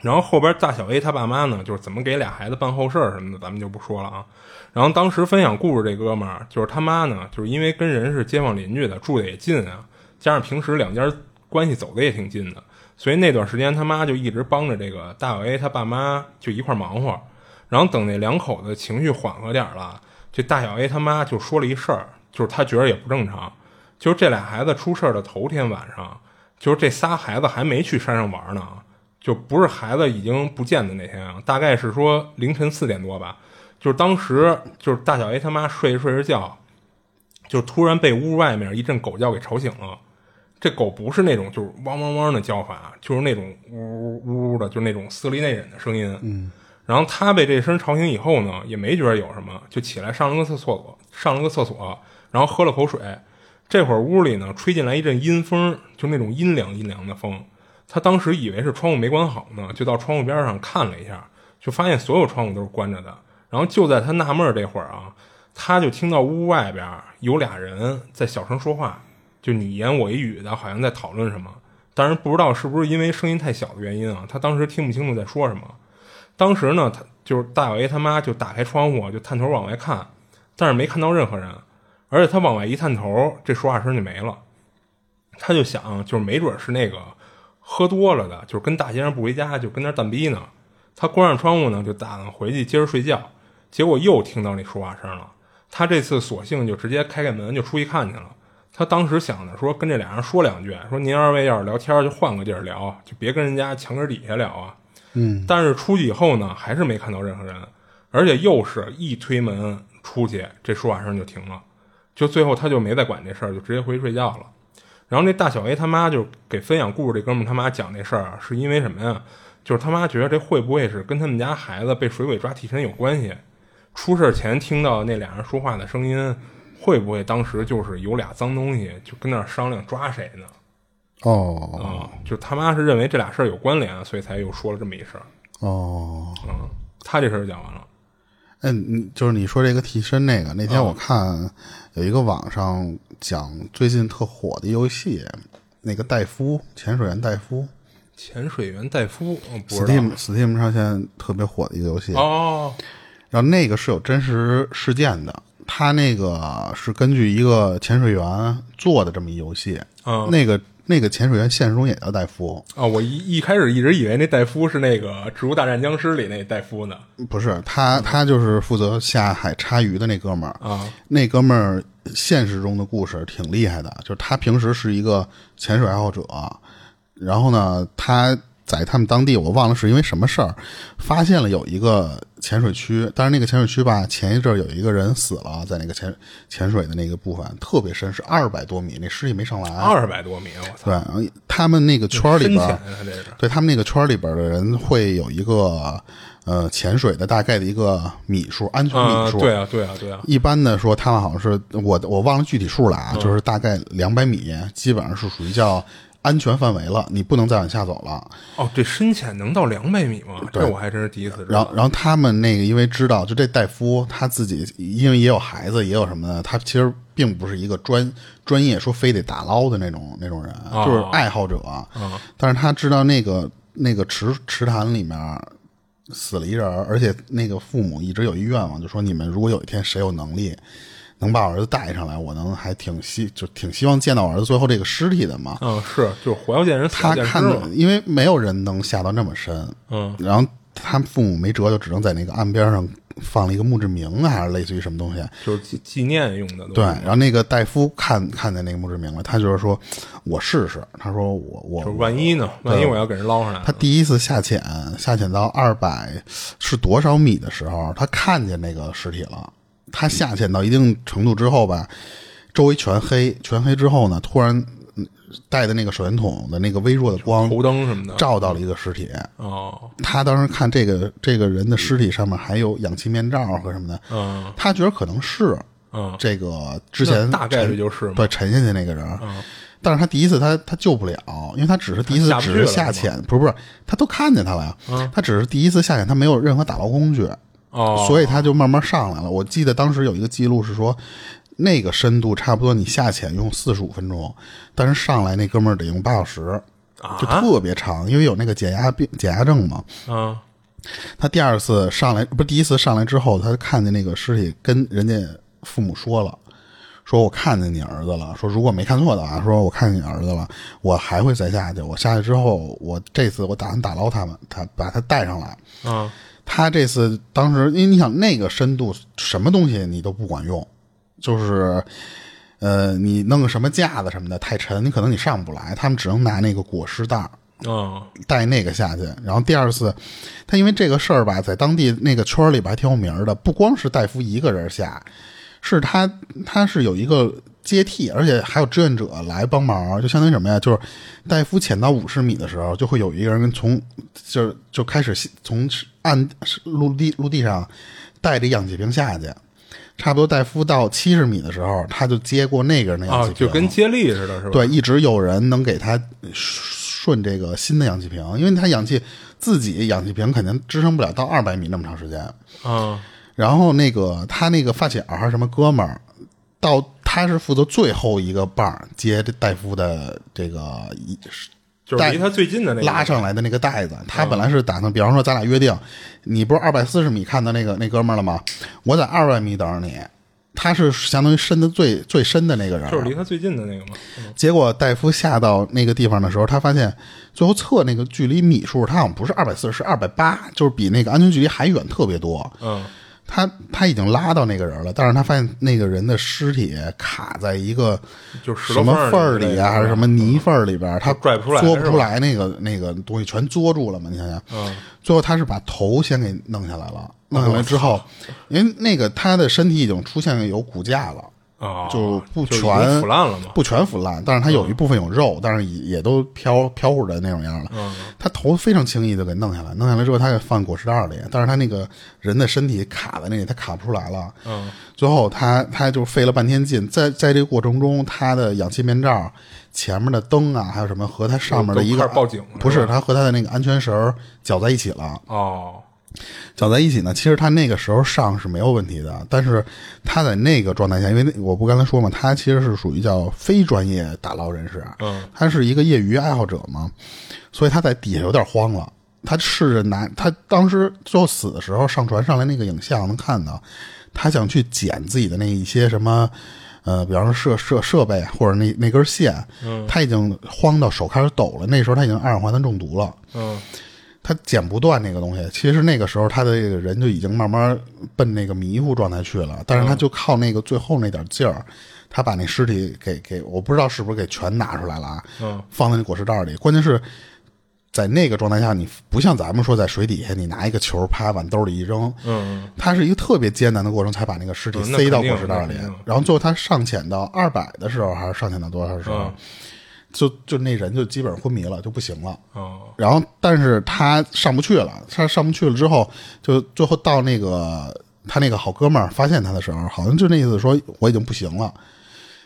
Speaker 3: 然后后边大小 A 他爸妈呢，就是怎么给俩孩子办后事儿什么的，咱们就不说了啊。然后当时分享故事这哥们儿，就是他妈呢，就是因为跟人是街坊邻居的，住的也近啊，加上平时两家关系走的也挺近的，所以那段时间他妈就一直帮着这个大小 A 他爸妈就一块儿忙活。然后等那两口子情绪缓和点儿了，这大小 A 他妈就说了一事儿，就是他觉得也不正常，就是这俩孩子出事儿的头天晚上，就是这仨孩子还没去山上玩呢，就不是孩子已经不见的那天啊，大概是说凌晨四点多吧，就是当时就是大小 A 他妈睡着睡着觉，就突然被屋外面一阵狗叫给吵醒了。这狗不是那种就是汪汪汪的叫法，就是那种呜呜呜呜的，就是那种斯利内忍的声音。嗯，然后他被这声吵醒以后呢，也没觉得有什么，就起来上了个厕所，上了个厕所，然后喝了口水。这会儿屋里呢吹进来一阵阴风，就那种阴凉阴凉的风。他当时以为是窗户没关好呢，就到窗户边上看了一下，就发现所有窗户都是关着的。然后就在他纳闷儿这会儿啊，他就听到屋外边儿有俩人在小声说话，就你一言我一语的，好像在讨论什么。当然不知道是不是因为声音太小的原因啊，他当时听不清楚在说什么。当时呢，他就是大小 A 他妈就打开窗户就探头往外看，但是没看到任何人，而且他往外一探头，这说话声就没了。他就想，就是没准是那个喝多了的，就是跟大街上不回家，就跟那儿蛋逼呢。他关上窗户呢，就打算回去接着睡觉，结果又听到那说话声了。他这次索性就直接开开门就出去看去了。他当时想着说，跟这俩人说两句，说您二位要是聊天就换个地儿聊，就别跟人家墙根底下聊啊。嗯，但是出去以后呢，还是没看到任何人，而且又是一推门出去，这说话声就停了。就最后他就没再管这事儿，就直接回去睡觉了。然后那大小 A 他妈就给分享故事这哥们儿他妈讲这事儿啊，是因为什么呀？就是他妈觉得这会不会是跟他们家孩子被水鬼抓替身有关系？出事儿前听到那俩人说话的声音，会不会当时就是有俩脏东西就跟那儿商量抓谁呢？
Speaker 2: 哦，
Speaker 3: 啊、就他妈是认为这俩事儿有关联，所以才又说了这么一事儿。
Speaker 2: 哦，
Speaker 3: 嗯，他这事儿讲完了。
Speaker 2: 嗯，你就是你说这个替身那个，那天
Speaker 3: 嗯
Speaker 2: 我看有一个网上讲最近特火的游戏，那个戴夫潜水员戴夫
Speaker 3: 潜水员戴夫，哦、不知道。
Speaker 2: ，Steam Steam 上现在特别火的一个游戏，
Speaker 3: 哦，
Speaker 2: 然后那个是有真实事件的，它那个是根据一个潜水员做的这么一游戏。
Speaker 3: 嗯
Speaker 2: 那个那个潜水员现实中也叫戴夫，
Speaker 3: 啊，我一一开始一直以为那戴夫是那个《植物大战僵尸》里那戴夫呢。
Speaker 2: 不是他，他就是负责下海插鱼的那哥们儿
Speaker 3: 嗯啊。
Speaker 2: 那哥们儿现实中的故事挺厉害的，就是他平时是一个潜水爱好者，然后呢，他在他们当地我忘了是因为什么事儿，发现了有一个潜水区，但是那个潜水区吧，前一阵儿有一个人死了，在那个潜潜水的那个部分特别深，是二百多米，那尸体没上来。
Speaker 3: 二百多米，我操！
Speaker 2: 对，然后他们那个圈啊儿里
Speaker 3: 深
Speaker 2: 边
Speaker 3: 潜
Speaker 2: 儿
Speaker 3: 啊，，他这是。
Speaker 2: 对他们那个圈儿里边儿的人会有一个呃潜水的大概的一个米数，安全
Speaker 3: 啊
Speaker 2: 米，数。
Speaker 3: 对啊，对啊，对啊。
Speaker 2: 一般的说，他
Speaker 3: 嗯
Speaker 2: 们好像是我我忘了具体数了啊，就是大概两百米，基本上是属于叫安全范围了，你不能再往下走了。
Speaker 3: 哦，这深浅能到两百米吗？
Speaker 2: 对
Speaker 3: 这我还真是第一次知
Speaker 2: 然
Speaker 3: 道。
Speaker 2: 后，然后他们那个，因为知道，就这戴夫他自己，因为也有孩子，也有什么的，他其实并不是一个专专业说非得打捞的那种那种人，就是爱好者。啊但是他知道那个那个池池潭里面死了一人儿，而且那个父母一直有一愿望，就说你们如果有一天谁有能力能把我儿子带上来，我能还挺希就挺希望见到我儿子最后这个尸体的嘛。
Speaker 3: 嗯，是，就是活要见人，死
Speaker 2: 他
Speaker 3: 要见尸
Speaker 2: 看的
Speaker 3: 嘛，。
Speaker 2: 因为没有人能下到那么深，
Speaker 3: 嗯，
Speaker 2: 然后他父母没辙，就只能在那个岸边上放了一个墓志铭啊，还是类似于什么东西。
Speaker 3: 就是纪纪念用的。
Speaker 2: 对，，然后那个戴夫看看见那个墓志铭了，他就是说，我试试。他说我我
Speaker 3: 就是万一呢？万一我要给人捞上来呢，
Speaker 2: 他第一次下潜，下潜到二百是多少米的时候，他看见那个尸体了。他下潜到一定程度之后吧，周围全黑，全黑之后呢，突然嗯带的那个手电筒的那个微弱的光
Speaker 3: 头灯什么的。
Speaker 2: 照到了一个尸体。
Speaker 3: 哦，
Speaker 2: 他当时看这个这个人的尸体上面还有氧气面罩和什么的，
Speaker 3: 嗯
Speaker 2: 他觉得可能是
Speaker 3: 嗯，
Speaker 2: 这个之前
Speaker 3: 那大概
Speaker 2: 沉
Speaker 3: 率就是嘛嗯
Speaker 2: 对沉下去那个人。但是他第一次他他救不了，因为他只是第一次
Speaker 3: 他下
Speaker 2: 只
Speaker 3: 不去
Speaker 2: 是
Speaker 3: 了
Speaker 2: 下
Speaker 3: 是吗嗯
Speaker 2: 潜，不是不是，他都看见他了呀，他只是第一次下潜，他没有任何打捞工具，
Speaker 3: 哦，
Speaker 2: 所以他就慢慢上来了。我记得当时有一个记录是说，那个深度差不多你下潜用四十五分钟，但是上来那哥们儿得用八小时，就
Speaker 3: 啊，
Speaker 2: 特别长，因为有那个减压病减压症嘛。
Speaker 3: 嗯，
Speaker 2: 他第二次上来，不是第一次上来之后，他看见那个尸体，跟人家父母说了，说我看见你儿子了，说如果没看错的话，说我看见你儿子了，我还会再下去，我下去之后，我这次我打算打捞他们，他把他带上来。
Speaker 3: 嗯，
Speaker 2: 他这次当时，因为你想那个深度，什么东西你都不管用，就是。呃，你弄个什么架子什么的太沉，你可能你上不来，他们只能拿那个裹尸袋儿
Speaker 3: 嗯，
Speaker 2: 带那个下去。然后第二次，他因为这个事儿吧，在当地那个圈儿里吧还挺有名儿的，不光是戴夫一个人下，是他他是有一个接替，而且还有志愿者来帮忙，就相当于什么呀？就是戴夫潜到五十米的时候，就会有一个人从就就开始从岸陆地陆地上带着氧气瓶下去。差不多戴夫到七十米的时候，他就接过那个人的氧
Speaker 3: 啊，
Speaker 2: 气瓶，
Speaker 3: 就跟接力似的，是吧？
Speaker 2: 对，一直有人能给他顺这个新的氧气瓶，因为他氧气自己氧气瓶肯定支撑不了到二百米那么长时间。
Speaker 3: 嗯，
Speaker 2: 然后那个他那个发小还是什么哥们儿，到他是负责最后一个棒儿接这戴夫的这个一
Speaker 3: 就是离他最近的那个
Speaker 2: 拉上来的那个袋子，他本来是打算，比方说咱俩约定，你不是二百四十米看到那个那哥们儿了吗？我在二百米等着你。他是相当于深的最最深的那个人，
Speaker 3: 就是离他最近的那个嘛。嗯
Speaker 2: 结果戴夫下到那个地方的时候，他发现最后测那个距离米数，他好像不是二百四，是二百八，就是比那个安全距离还远特别多。
Speaker 3: 嗯，
Speaker 2: 他他已经拉到那个人了，但是他发现那个人的尸体卡在一个
Speaker 3: 就是
Speaker 2: 什
Speaker 3: 石头
Speaker 2: 么缝
Speaker 3: 儿嗯
Speaker 2: 儿里啊，还是什么泥缝儿里边儿，他
Speaker 3: 拽不出来
Speaker 2: 嘬不
Speaker 3: 是
Speaker 2: 出
Speaker 3: 吧
Speaker 2: 来那个那个东西，全嘬住了嘛？你想想，
Speaker 3: 嗯，哦
Speaker 2: 最后他是把头先给弄下来了，弄下来之后，因为那个他的身体已经出现有骨架了。
Speaker 3: 啊，
Speaker 2: 就不
Speaker 3: 就已
Speaker 2: 全
Speaker 3: 经腐烂了嘛。
Speaker 2: 不全腐烂，但是它有一部分有肉，但是也也都飘飘乎的那种样了。
Speaker 3: 嗯，
Speaker 2: 他头非常轻易的给弄下来，弄下来之后他给放果实袋里，但是他那个人的身体卡在那里，他卡不出来了。
Speaker 3: 嗯，
Speaker 2: 最后他他就费了半天劲，在在这个过程中，他的氧气面罩、前面的灯啊，还有什么和他上面的一
Speaker 3: 都
Speaker 2: 个
Speaker 3: 开始报警了
Speaker 2: 不
Speaker 3: 是
Speaker 2: 是
Speaker 3: 吧
Speaker 2: 他和他的那个安全绳儿绞在一起了。
Speaker 3: 哦，
Speaker 2: 搅在一起呢，其实他那个时候上是没有问题的，但是他在那个状态下，因为那我不刚才说嘛，他其实是属于叫非专业打捞人士，啊
Speaker 3: 嗯，
Speaker 2: 他是一个业余爱好者嘛，所以他在底下有点慌了。他试着拿他当时最后死的时候上船上来那个影像能看到，他想去捡自己的那一些什么，呃，比方说设设设备啊或者那那根线，他已经慌到手开始抖了。那时候他已经二氧化碳中毒了，
Speaker 3: 嗯，
Speaker 2: 他剪不断那个东西。其实那个时候他的这个人就已经慢慢奔那个迷糊状态去了，但是他就靠那个最后那点劲儿，他把那尸体给给我不知道是不是给全拿出来了啊，
Speaker 3: 嗯，
Speaker 2: 放在那果实袋里。关键是在那个状态下，你不像咱们说在水底下，你拿一个球啪往兜里一扔，
Speaker 3: 嗯，
Speaker 2: 它是一个特别艰难的过程，才把那个尸体
Speaker 3: 嗯那
Speaker 2: 塞到
Speaker 3: 肯定
Speaker 2: 果实袋里
Speaker 3: 那肯定。
Speaker 2: 然后最后他上潜到二百的时候，还是上潜到多少的时候，
Speaker 3: 嗯
Speaker 2: 就就那人就基本上昏迷了，就不行了。
Speaker 3: 哦，
Speaker 2: 然后，但是他上不去了，他上不去了之后，就最后到那个他那个好哥们儿发现他的时候，好像就那意思说我已经不行了。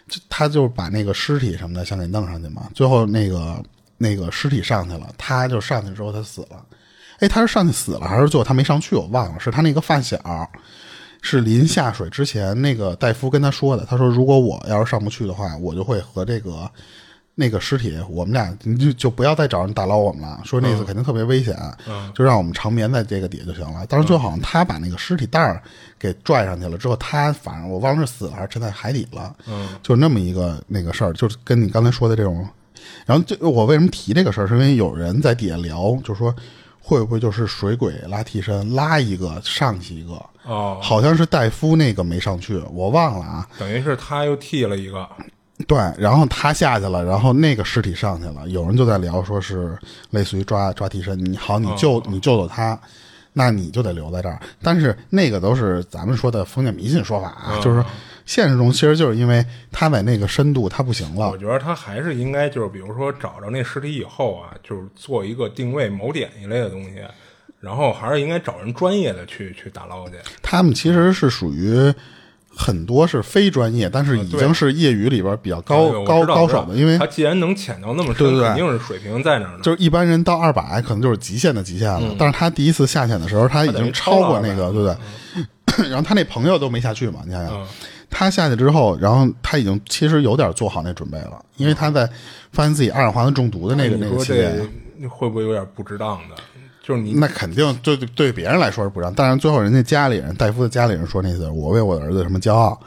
Speaker 2: 就他就是把那个尸体什么的想给弄上去嘛，最后那个那个尸体上去了，他就上去之后他死了，哎，他是上去死了还是最后他没上去我忘了，是他那个发小。是临下水之前，那个戴夫跟他说的。他说，如果我要是上不去的话，我就会和这个那个尸体，我们俩你就就不要再找人打捞我们了。说那次肯定特别危险，就让我们长眠在这个底下就行了。当时就好像他把那个尸体袋儿给拽上去了之后，他反正我忘了是死了还是沉在海底了，就那么一个那个事儿，就是跟你刚才说的这种。然后就我为什么提这个事儿，是因为有人在底下聊，就说会不会就是水鬼拉替身拉一个上去一个。
Speaker 3: 哦，
Speaker 2: 好像是戴夫那个没上去，我忘了啊。
Speaker 3: 等于是他又替了一个，
Speaker 2: 对，然后他下去了，然后那个尸体上去了。有人就在聊，说是类似于抓抓替身，你好，你
Speaker 3: 嗯
Speaker 2: 救、你救救他，那你就得留在这儿。但是那个都是咱们说的封建迷信说法啊，
Speaker 3: 嗯
Speaker 2: 就是现实中其实就是因为他在那个深度他不行了
Speaker 3: 我，觉得他还是应该就是，比如说找着那尸体以后啊，就是做一个定位锚点一类的东西，然后还是应该找人专业的去去打捞去。
Speaker 2: 他们其实是属于很多是非专业，但
Speaker 3: 嗯
Speaker 2: 是已经是业余里边比较高、
Speaker 3: 对我
Speaker 2: 高
Speaker 3: 知道
Speaker 2: 高
Speaker 3: 知道
Speaker 2: 手的，因为
Speaker 3: 他既然能潜到那么深，
Speaker 2: 对对对
Speaker 3: 肯定是水平在那儿呢。嗯
Speaker 2: 就是一般人到二百可能就是极限的极限了，但是他第一次下潜的时候，他已经超过那个，对不对？ 然后他那朋友都没下去嘛，你想想，
Speaker 3: 嗯
Speaker 2: 他下去之后，然后他已经其实有点做好那准备了，因为他在发现自己二氧化碳中毒的那个那
Speaker 3: 哎你
Speaker 2: 个
Speaker 3: 说
Speaker 2: 期间，
Speaker 3: 这会不会有点不值当的？就是你
Speaker 2: 那肯定对对对别人来说是不让，但是最后人家家里人戴夫的家里人说那次我为我的儿子什么骄傲，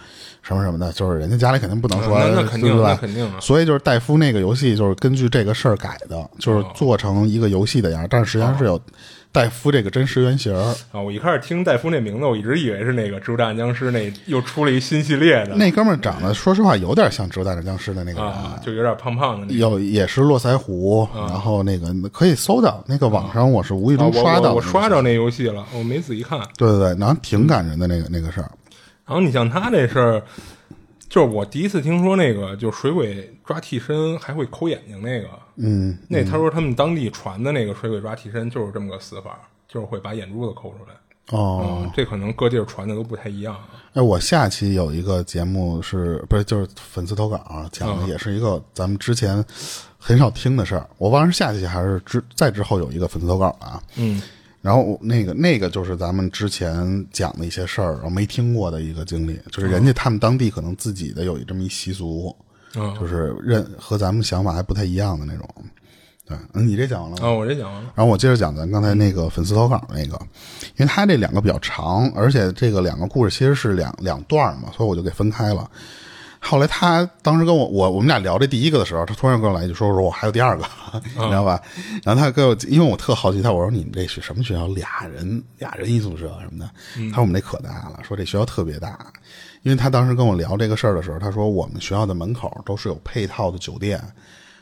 Speaker 2: 什么什么的，就是人家家里肯定不能说，
Speaker 3: 嗯那那肯定
Speaker 2: 对不对
Speaker 3: 那肯定啊
Speaker 2: 所以就是戴夫那个游戏就是根据这个事儿改的，就是
Speaker 3: 哦
Speaker 2: 做成一个游戏的样儿，但是实际上是有戴夫这个真实原型儿。
Speaker 3: 啊，我一开始听戴夫那名字，我一直以为是那个《植物大战僵尸》那又出了一新系列的
Speaker 2: 那哥们儿长得说实话有点像《植物大战僵尸》的那个人，
Speaker 3: 啊，就有点胖胖的那个。
Speaker 2: 有也是络腮胡，然后那个可以搜到那个网上我是无意
Speaker 3: 啊
Speaker 2: 中
Speaker 3: 我
Speaker 2: 刷到的
Speaker 3: 我我
Speaker 2: 那个
Speaker 3: 刷
Speaker 2: 事儿
Speaker 3: 着那游戏了，我没仔细看。
Speaker 2: 对对对，然后挺感人的那个那个事儿。
Speaker 3: 然后你像他这事儿，就是我第一次听说那个，就水鬼抓替身还会抠眼睛那个，嗯，那他说他们当地传的那个水鬼抓替身就是这么个死法，就是会把眼珠子抠出来。
Speaker 2: 哦，
Speaker 3: 嗯，这可能各地儿传的都不太一样啊。
Speaker 2: 哎，我下期有一个节目是不是就是粉丝投稿、啊讲的
Speaker 3: 嗯
Speaker 2: 也是一个咱们之前很少听的事儿，我忘了是下期还是之再之后有一个粉丝投稿了啊。
Speaker 3: 嗯，
Speaker 2: 然后我那个那个就是咱们之前讲的一些事儿，然后没听过的一个经历，就是人家他们当地可能自己的有这么一习俗，
Speaker 3: 嗯
Speaker 2: 就是认和咱们想法还不太一样的那种。对，嗯，你这讲完了吗？
Speaker 3: 啊，我这讲完了。
Speaker 2: 然后我接着讲咱刚才那个粉丝投稿那个，因为它这两个比较长，而且这个两个故事其实是两两段儿嘛，所以我就给分开了。后来他当时跟我我我们俩聊这第一个的时候，他突然跟我来一句说：“我说我还有第二个， 你知道吧？”然后他跟我，因为我特好奇他，我说：“你们这是什么学校？俩人俩人一宿舍什么的？”他说：“我们这可大了，说这学校特别大。”因为他当时跟我聊这个事儿的时候，他说我们学校的门口都是有配套的酒店，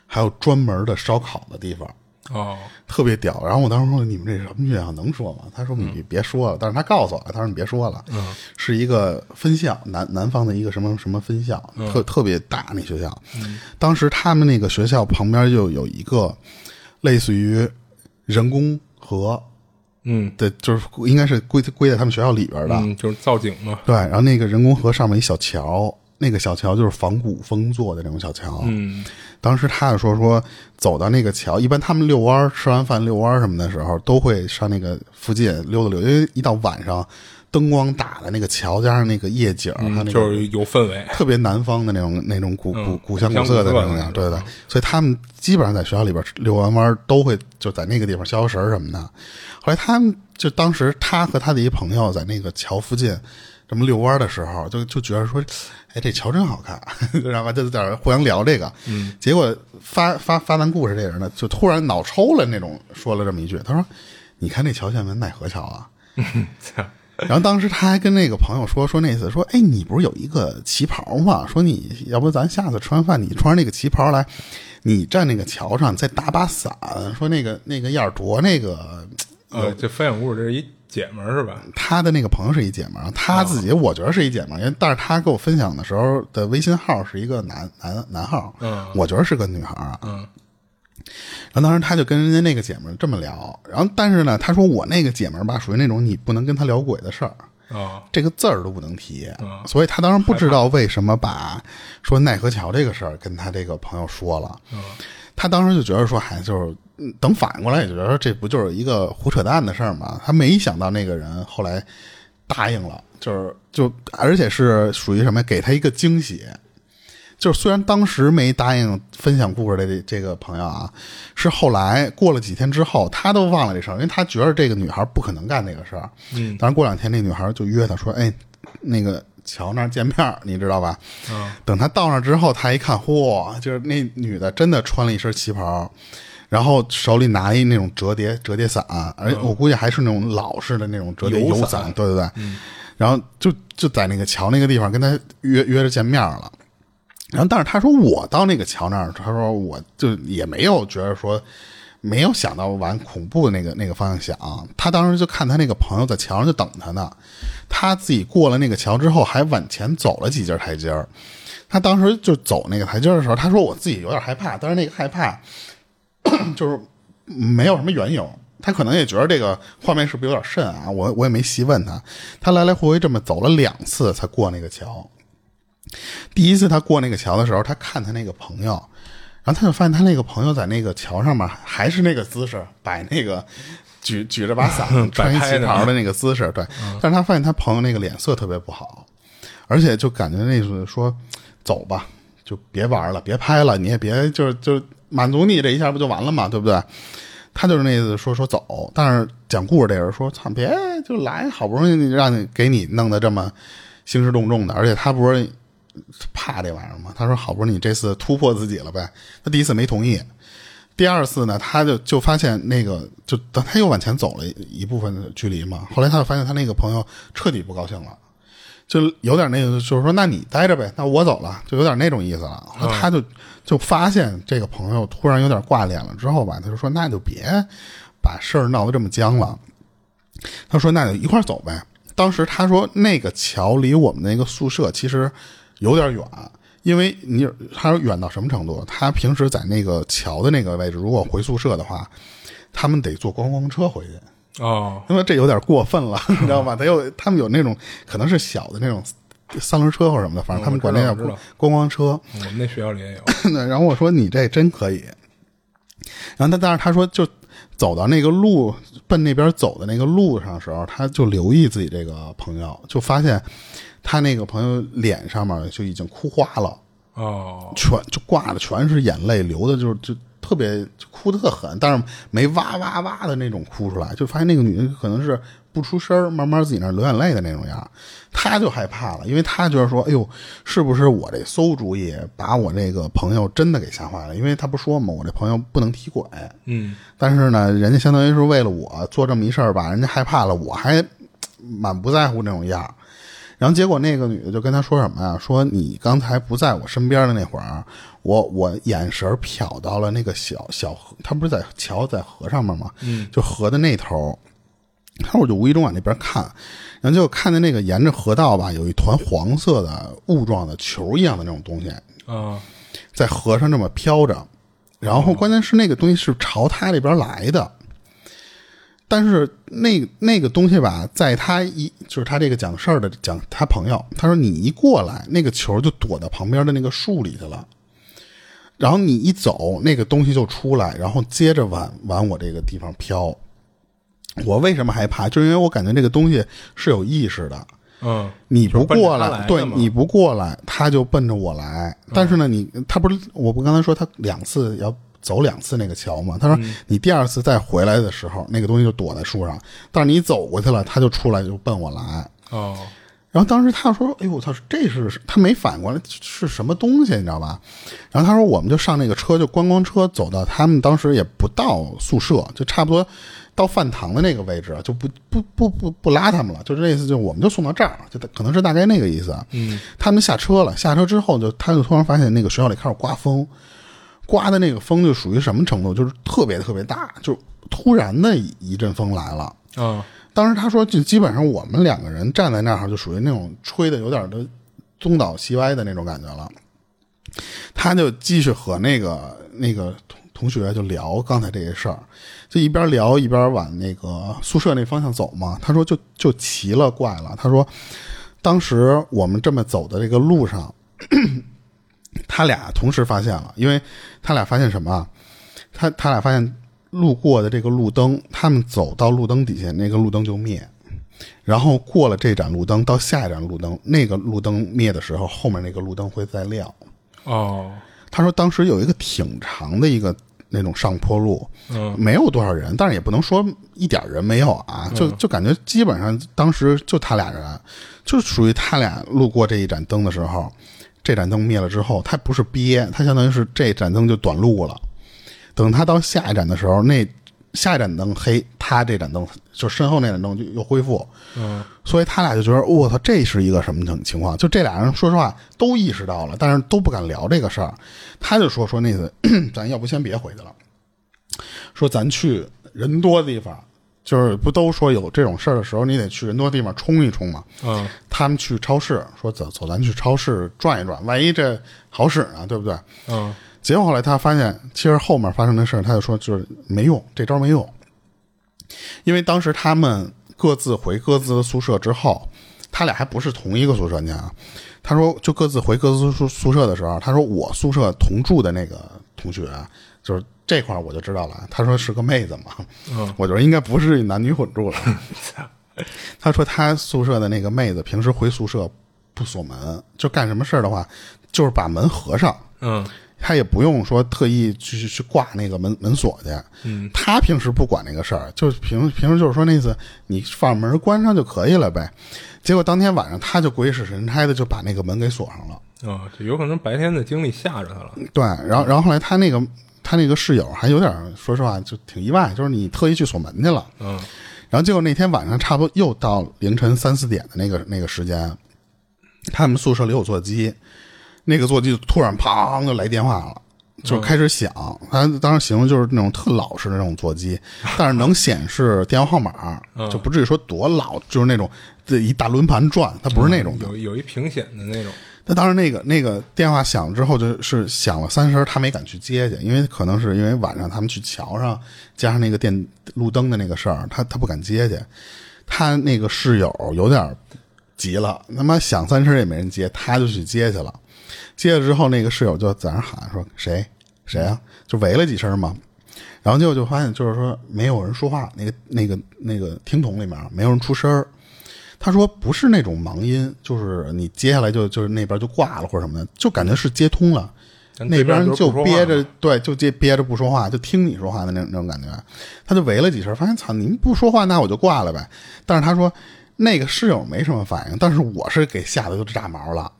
Speaker 2: 还有专门的烧烤的地方。
Speaker 3: 哦，
Speaker 2: 特别屌。然后我当时说：“你们这什么学校能说吗？”他说：“你别说了。但是他告诉我，他说：“你别说了，是一个分校，南南方的一个什么什么分校，特特别大那学校。当时他们那个学校旁边就有一个类似于人工河
Speaker 3: 嗯
Speaker 2: 的，就是应该是归归在他们学校里边的。
Speaker 3: 嗯，就是造景嘛。
Speaker 2: 对，然后那个人工河上面一小桥，那个小桥就是仿古风做的那种小桥。
Speaker 3: 嗯，
Speaker 2: 当时他就说说走到那个桥，一般他们遛弯儿，吃完饭遛弯儿什么的时候，都会上那个附近溜达溜达，因为一到晚上，灯光打的那个桥加上那个夜景儿，还有那个
Speaker 3: 嗯就是有氛围。
Speaker 2: 特别南方的那种那种古古
Speaker 3: 嗯
Speaker 2: 古香古色的那种样，
Speaker 3: 古香古色的那种
Speaker 2: 对对。所以他们基本上在学校里边遛完弯儿都会就在那个地方消消食儿什么的。后来他们就当时他和他的一朋友在那个桥附近这么遛弯儿的时候，就就觉得说，哎，这桥真好看， 然后就在那儿互相聊这个。嗯，结果发发发咱故事这人呢，就突然脑抽了那种，说了这么一句，他说：“你看这桥下门奈何桥啊？”然后当时他还跟那个朋友说说那次说，哎，你不是有一个旗袍吗？说你要不咱下次吃完饭你穿上那个旗袍来，你站那个桥上再打把伞。说那个那个燕儿卓那个
Speaker 3: 呃，这分享故事这是一姐们儿是吧？
Speaker 2: 他的那个朋友是一姐们儿，他自己我觉得是一姐们儿，因为但是他给我分享的时候的微信号是一个男男男号，
Speaker 3: 嗯
Speaker 2: 我觉得是个女孩儿啊，嗯。然后当时他就跟人家那个姐们儿这么聊，然后但是呢，他说我那个姐们儿吧，属于那种你不能跟她聊鬼的事儿，
Speaker 3: 啊，
Speaker 2: 这个字儿都不能提，所以他当然不知道为什么把说奈何桥这个事儿跟他这个朋友说了。他当时就觉得说，还就是嗯等反应过来，也觉得说这不就是一个胡扯淡的事儿嘛。他没想到那个人后来答应了，就是就而且是属于什么，给他一个惊喜。就是虽然当时没答应分享故事的这这个朋友啊，是后来过了几天之后，他都忘了这事儿，因为他觉得这个女孩不可能干这个事儿。嗯，当然过两天那女孩就约他说：“哎，那个桥那儿见面儿，你知道吧？”嗯，等他到那儿之后，他一看，嚯，就是那女的真的穿了一身旗袍。然后手里拿一那种折叠折叠伞，而我估计还是那种老式的那种折叠
Speaker 3: 油
Speaker 2: 油
Speaker 3: 伞
Speaker 2: 对对对。然后就就在那个桥那个地方跟他约约着见面儿了。然后，但是他说我到那个桥那儿，他说我就也没有觉得说，没有想到往恐怖的那个那个方向想。他当时就看他那个朋友在桥上就等他呢，他自己过了那个桥之后，还往前走了几阶台阶儿。他当时就走那个台阶儿的时候，他说我自己有点害怕，但是那个害怕就是没有什么缘由。他可能也觉得这个画面是不是有点瘆啊？我我也没细问他，他来来回回这么走了两次才过那个桥。第一次他过那个桥的时候，他看他那个朋友，然后他就发现他那个朋友在那个桥上面还是那个姿势，摆那个举举着把伞、
Speaker 3: 摆
Speaker 2: 穿一
Speaker 3: 拍
Speaker 2: 旗
Speaker 3: 的
Speaker 2: 袍的那个姿势，对。但是他发现他朋友那个脸色特别不好，而且就感觉那是说走吧，就别玩了，别拍了，你也别就是就是满足你这一下不就完了嘛，对不对？他就是那意思说说走，但是讲故事这人说操别就来，好不容易你让你给你弄得这么兴师动众的，而且他不是怕这玩意儿吗？他说好不容易你这次突破自己了呗，他第一次没同意，第二次呢，他就就发现那个就他又往前走了一部分的距离嘛，后来他就发现他那个朋友彻底不高兴了。就有点那个，就是说，那你待着呗，那我走了，就有点那种意思了。后来他就就发现这个朋友突然有点挂脸了之后吧，他就说，那就别把事儿闹得这么僵了。他说，那就一块儿走呗。当时他说，那个桥离我们那个宿舍其实有点远，因为你他说远到什么程度？他平时在那个桥的那个位置，如果回宿舍的话，他们得坐观光车回去。
Speaker 3: 哦，
Speaker 2: 因为这有点过分 了，你知道吗？他有他们有那种可能是小的那种三轮车或什么的，反正他们管那叫
Speaker 3: 嗯我知道我知
Speaker 2: 观光车。
Speaker 3: 我们那学校里也有，
Speaker 2: 然后我说你这真可以。然后他但是他说就走到那个路奔那边走的那个路上的时候，他就留意自己这个朋友，就发现他那个朋友脸上面就已经哭花了。
Speaker 3: 哦，
Speaker 2: 全就挂的全是眼泪，流的就是就特别就哭的特狠，但是没哇哇哇的那种哭出来，就发现那个女的可能是不出声儿，慢慢自己那儿流眼泪的那种样儿，他就害怕了，因为他觉得说，哎呦，是不是我这馊主意把我这个朋友真的给吓坏了？因为他不说嘛，我这朋友不能踢馆，
Speaker 3: 嗯，
Speaker 2: 但是呢，人家相当于是为了我做这么一事儿吧，人家害怕了，我还满不在乎那种样儿。然后结果那个女的就跟他说什么呀？说你刚才不在我身边的那会儿，啊我我眼神儿瞟到了那个小小河，他不是在桥在河上面吗？嗯，就河的那头。然后我就无意中往那边看，然后就看见那个沿着河道吧，有一团黄色的雾状的球一样的那种东西，
Speaker 3: 啊，
Speaker 2: 在河上这么飘着，然后关键是那个东西是朝他这边来的，但是那那个东西吧，在他一就是他这个讲事儿的讲他朋友，他说你一过来，那个球就躲到旁边的那个树里去了，然后你一走，那个东西就出来，然后接着往往我这个地方飘。我为什么害怕？就是因为我感觉这个东西是有意识的，
Speaker 3: 嗯，
Speaker 2: 你不
Speaker 3: 奔着
Speaker 2: 过
Speaker 3: 他
Speaker 2: 来，
Speaker 3: 来
Speaker 2: 对
Speaker 3: 的，嘛嗯
Speaker 2: 你不过来，他就奔着我来。但是呢，你他不是，我不刚才说他两次要走两次那个桥吗？他说
Speaker 3: 嗯
Speaker 2: 你第二次再回来的时候，那个东西就躲在树上，但是你走过去了，他就出来就奔我来。
Speaker 3: 哦，
Speaker 2: 然后当时他说：“哎呦，我操，这是他没反应过来是什么东西，你知道吧？”然后他说：“我们就上那个车，就观光车，走到他们当时也不到宿舍，就差不多到饭堂的那个位置，就不不不不不拉他们了，就是那意思，就我们就送到这儿，就可能是大概那个意思。嗯，他们下车了，下车之后就他就突然发现那个学校里开始刮风，刮的那个风就属于什么程度，就是特别特别大，就突然的一一阵风来了。”
Speaker 3: 啊，
Speaker 2: 当时他说，就基本上我们两个人站在那儿，就属于那种吹的有点的东倒西歪的那种感觉了。他就继续和那个那个同同学就聊刚才这些事儿，就一边聊一边往那个宿舍那方向走嘛。他说就就奇了怪了，他说当时我们这么走的这个路上， 他俩同时发现了，因为他俩发现什么啊？他他俩发现路过的这个路灯，他们走到路灯底下，那个路灯就灭。然后过了这盏路灯，到下一盏路灯，那个路灯灭的时候，后面那个路灯会再亮。
Speaker 3: 哦，
Speaker 2: 他说当时有一个挺长的一个那种上坡路，
Speaker 3: 嗯，
Speaker 2: 没有多少人，但是也不能说一点人没有啊，就就感觉基本上当时就他俩人，就属于他俩路过这一盏灯的时候，这盏灯灭了之后，他不是憋，他相当于是这盏灯就短路了。等他到下一盏的时候，那下一盏灯黑，他这盏灯就身后那盏灯就又恢复，
Speaker 3: 嗯，
Speaker 2: 所以他俩就觉得我操，这是一个什么情情况？就这俩人说实话都意识到了，但是都不敢聊这个事儿。他就说说那次， 咱要不先别回去了，说咱去人多的地方，就是不都说有这种事儿的时候，你得去人多地方冲一冲嘛。
Speaker 3: 嗯，
Speaker 2: 他们去超市，说走走，咱去超市转一转，万一这好使呢，对不对？
Speaker 3: 嗯，
Speaker 2: 结果后来他发现，其实后面发生的事儿，他就说就是没用，这招没用，因为当时他们各自回各自的宿舍之后，他俩还不是同一个宿舍，你想啊，他说就各自回各自宿宿舍的时候，他说我宿舍同住的那个同学，就是这块儿我就知道了，他说是个妹子嘛，
Speaker 3: 嗯，
Speaker 2: 我觉得应该不是男女混住了。他说他宿舍的那个妹子平时回宿舍不锁门，就干什么事儿的话，就是把门合上。
Speaker 3: 嗯，
Speaker 2: 他也不用说特意去去去挂那个门门锁去，嗯，他平时不管那个事儿，就是平平时就是说那意思，你把门关上就可以了呗。结果当天晚上他就鬼使神差的就把那个门给锁上了，
Speaker 3: 啊，这有可能白天的精力吓着他了，
Speaker 2: 对，然后然后后来他那个他那个室友还有点儿说实话就挺意外，就是你特意去锁门去了，
Speaker 3: 嗯，
Speaker 2: 然后结果那天晚上差不多又到凌晨三四点的那个那个时间，他们宿舍里有座机，那个座机就突然砰就来电话了。就开始响，他当时形容就是那种特老式的那种座机，但是能显示电话号码，就不至于说多老，就是那种这一大轮盘转，它不是那种的。
Speaker 3: 有有一屏显的那种，
Speaker 2: 那当时那个那个电话响了之后，就是响了三声，他没敢去接去，因为可能是因为晚上他们去桥上，加上那个电路灯的那个事儿，他他不敢接去。他那个室友有点急了，他妈响三声也没人接，他就去接去了。接了之后，那个室友就在那喊说：“谁谁啊？”就围了几声嘛。然后结果就发现，就是说没有人说话，那个那个那个听筒里面没有人出声儿。他说不是那种忙音，就是你接下来就就是那边就挂了或者什么的，就感觉是接通了，
Speaker 3: 但
Speaker 2: 那边
Speaker 3: 对就是
Speaker 2: 就
Speaker 3: 不说话
Speaker 2: 憋
Speaker 3: 嘛
Speaker 2: 着，对，就接憋着不说话，就听你说话的那那种感觉。他就围了几声，发现操，你们不说话，那我就挂了呗。但是他说那个室友没什么反应，但是我是给吓得就炸毛了。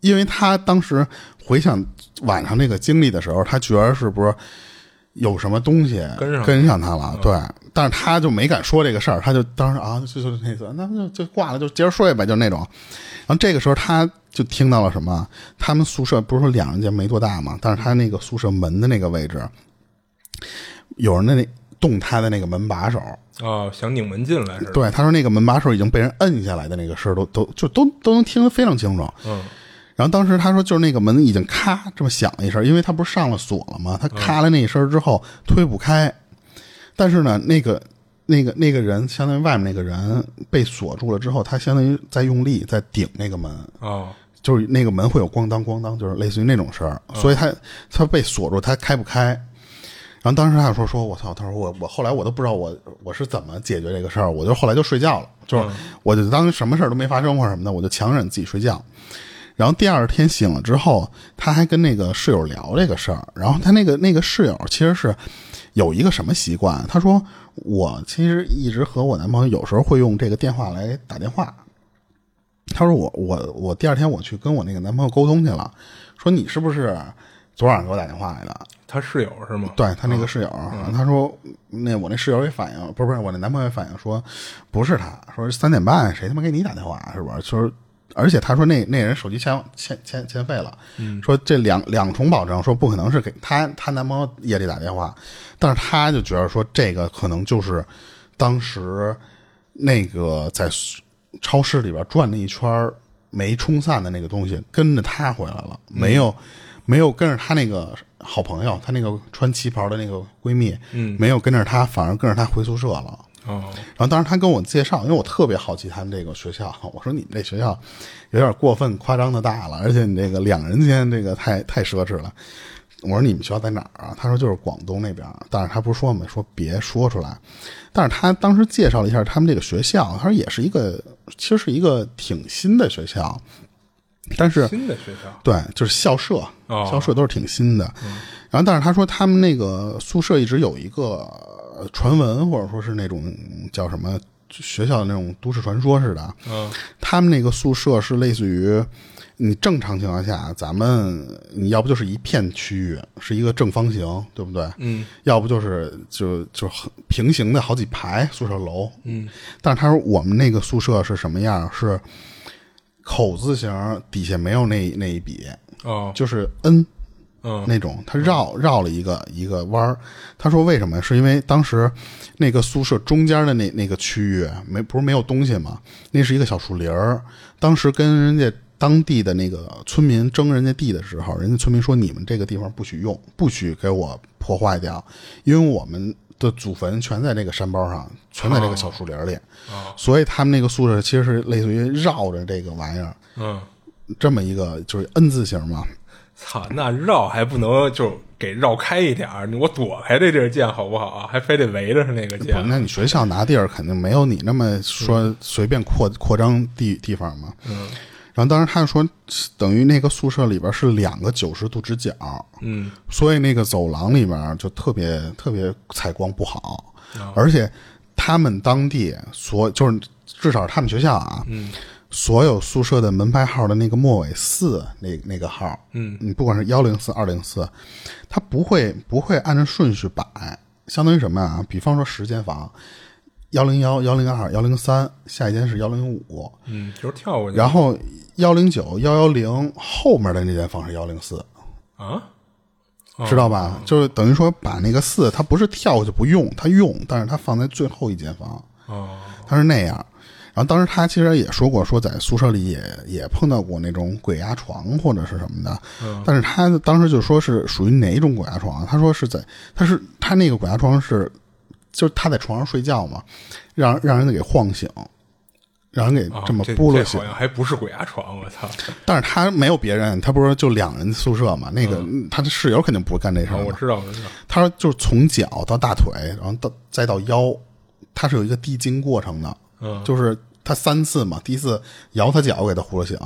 Speaker 2: 因为他当时回想晚上那个经历的时候，他觉得是不是有什么东西
Speaker 3: 跟上嗯
Speaker 2: 跟上他了？对，但是他就没敢说这个事儿，他就当时啊，就就那次，那就就挂了，就接着睡呗，就那种。然后这个时候他就听到了什么？他们宿舍不是说两人间没多大嘛，但是他那个宿舍门的那个位置，有人的那动他的那个门把手，
Speaker 3: 啊，想拧门进来似的，
Speaker 2: 对，他说那个门把手已经被人摁下来的那个事儿都都就都都能听得非常清楚。
Speaker 3: 嗯，
Speaker 2: 然后当时他说，就是那个门已经咔这么响了一声，因为他不是上了锁了吗？他咔了那一声之后推不开，但是呢，那个那个那个人相当于外面那个人被锁住了之后，他相当于在用力在顶那个门，
Speaker 3: 啊，
Speaker 2: 就是那个门会有咣当咣当，就是类似于那种声儿，所以他他被锁住，他开不开。然后当时他就说：“说我操！”他说我我后来我都不知道我我是怎么解决这个事儿，我就后来就睡觉了，就是
Speaker 3: 嗯
Speaker 2: 我就当什么事儿都没发生或者什么的，我就强忍自己睡觉。然后第二天醒了之后，他还跟那个室友聊这个事儿。然后他那个那个室友其实是有一个什么习惯，他说我其实一直和我男朋友有时候会用这个电话来打电话。他说我我我第二天我去跟我那个男朋友沟通去了，说你是不是昨晚给我打电话来的？
Speaker 3: 他室友是吗？
Speaker 2: 对他那个室友，啊他说那我那室友也反映，不是不是我那男朋友也反映说不是他，说三点半谁他妈给你打电话啊是不是？就是而且他说那那人手机欠欠欠欠费了，说这两两重保证，说不可能是给他他男朋友夜里打电话，但是他就觉得说这个可能就是当时那个在超市里边转了一圈儿没冲散的那个东西跟着他回来了，没有没有跟着他那个好朋友，他那个穿旗袍的那个闺蜜，嗯，没有跟着他，反而跟着他回宿舍了。
Speaker 3: 哦，
Speaker 2: 然后当时他跟我介绍，因为我特别好奇他们这个学校，我说你们这学校有点过分夸张的大了，而且你这个两人间这个太太奢侈了。我说你们学校在哪儿啊？他说就是广东那边儿，但是他不是说嘛，说别说出来。但是他当时介绍了一下他们这个学校，他说也是一个，其实是一个挺新的学校，但是
Speaker 3: 新的学校，
Speaker 2: 对，就是校舍，
Speaker 3: 哦
Speaker 2: 校舍都是挺新的。然后，但是他说他们那个宿舍一直有一个呃传闻，或者说是那种叫什么学校的那种都市传说似的。啊
Speaker 3: 嗯，
Speaker 2: 他们那个宿舍是类似于你正常情况下，咱们你要不就是一片区域是一个正方形，对不对？
Speaker 3: 嗯，
Speaker 2: 要不就是就就很平行的好几排宿舍楼。嗯，但是他说我们那个宿舍是什么样？是口字形，底下没有那那一笔，
Speaker 3: 哦，
Speaker 2: 就是 N
Speaker 3: 嗯，
Speaker 2: 那种，他绕绕了一个一个弯儿。他说为什么？是因为当时那个宿舍中间的那那个区域没不是没有东西吗？那是一个小树林儿。当时跟人家当地的那个村民争人家地的时候，人家村民说你们这个地方不许用，不许给我破坏掉，因为我们。的祖坟全在这个山包上，全在这个小树林里，
Speaker 3: 嗯哦
Speaker 2: 所以他们那个宿舍其实是类似于绕着这个玩意儿
Speaker 3: 嗯，
Speaker 2: 这么一个就是 N 字形嘛，
Speaker 3: 操，那绕还不能就给绕开一点儿，我躲开这地儿建好不好啊？还非得围着那个建
Speaker 2: 不，那你学校拿地儿肯定没有你那么说随便扩扩张地地方嘛。嗯。然后当时他说，等于那个宿舍里边是两个九十度直角，
Speaker 3: 嗯，
Speaker 2: 所以那个走廊里边就特别特别采光不好，而且他们当地所就是至少他们学校啊，嗯，所有宿舍的门牌号的那个末尾四那那个号，嗯，你不管是幺零四二零四，它不会不会按照顺序摆，相当于什么啊？比方说十间房，幺零幺幺零二幺零三，下一间是幺零五，
Speaker 3: 嗯，就是跳过去
Speaker 2: 然后幺零九幺幺零后面的那间房是幺零四，
Speaker 3: 啊，
Speaker 2: 知道吧？就是等于说把那个四，它不是跳过去不用，它用，但是它放在最后一间房，
Speaker 3: 哦，
Speaker 2: 它是那样。然后当时他其实也说过，说在宿舍里也也碰到过那种鬼压床或者是什么的，
Speaker 3: 嗯
Speaker 2: 但是他当时就说是属于哪种鬼压床啊？他说是在，他是他那个鬼压床是，就是他在床上睡觉嘛，让让人给晃醒，让人给
Speaker 3: 啊
Speaker 2: 这么
Speaker 3: 这
Speaker 2: 拨
Speaker 3: 这
Speaker 2: 落醒
Speaker 3: 好，像还不是鬼压床，我操！
Speaker 2: 但是他没有别人，他不是就两人宿舍嘛？那个、他的室友肯定不会干这事
Speaker 3: 啊
Speaker 2: 儿嘛
Speaker 3: 我知道，我知道，
Speaker 2: 他说就是从脚到大腿，然后到再到腰，它是有一个递进过程的。
Speaker 3: 嗯
Speaker 2: 就是他三次嘛，第一次摇他脚给他呼了醒，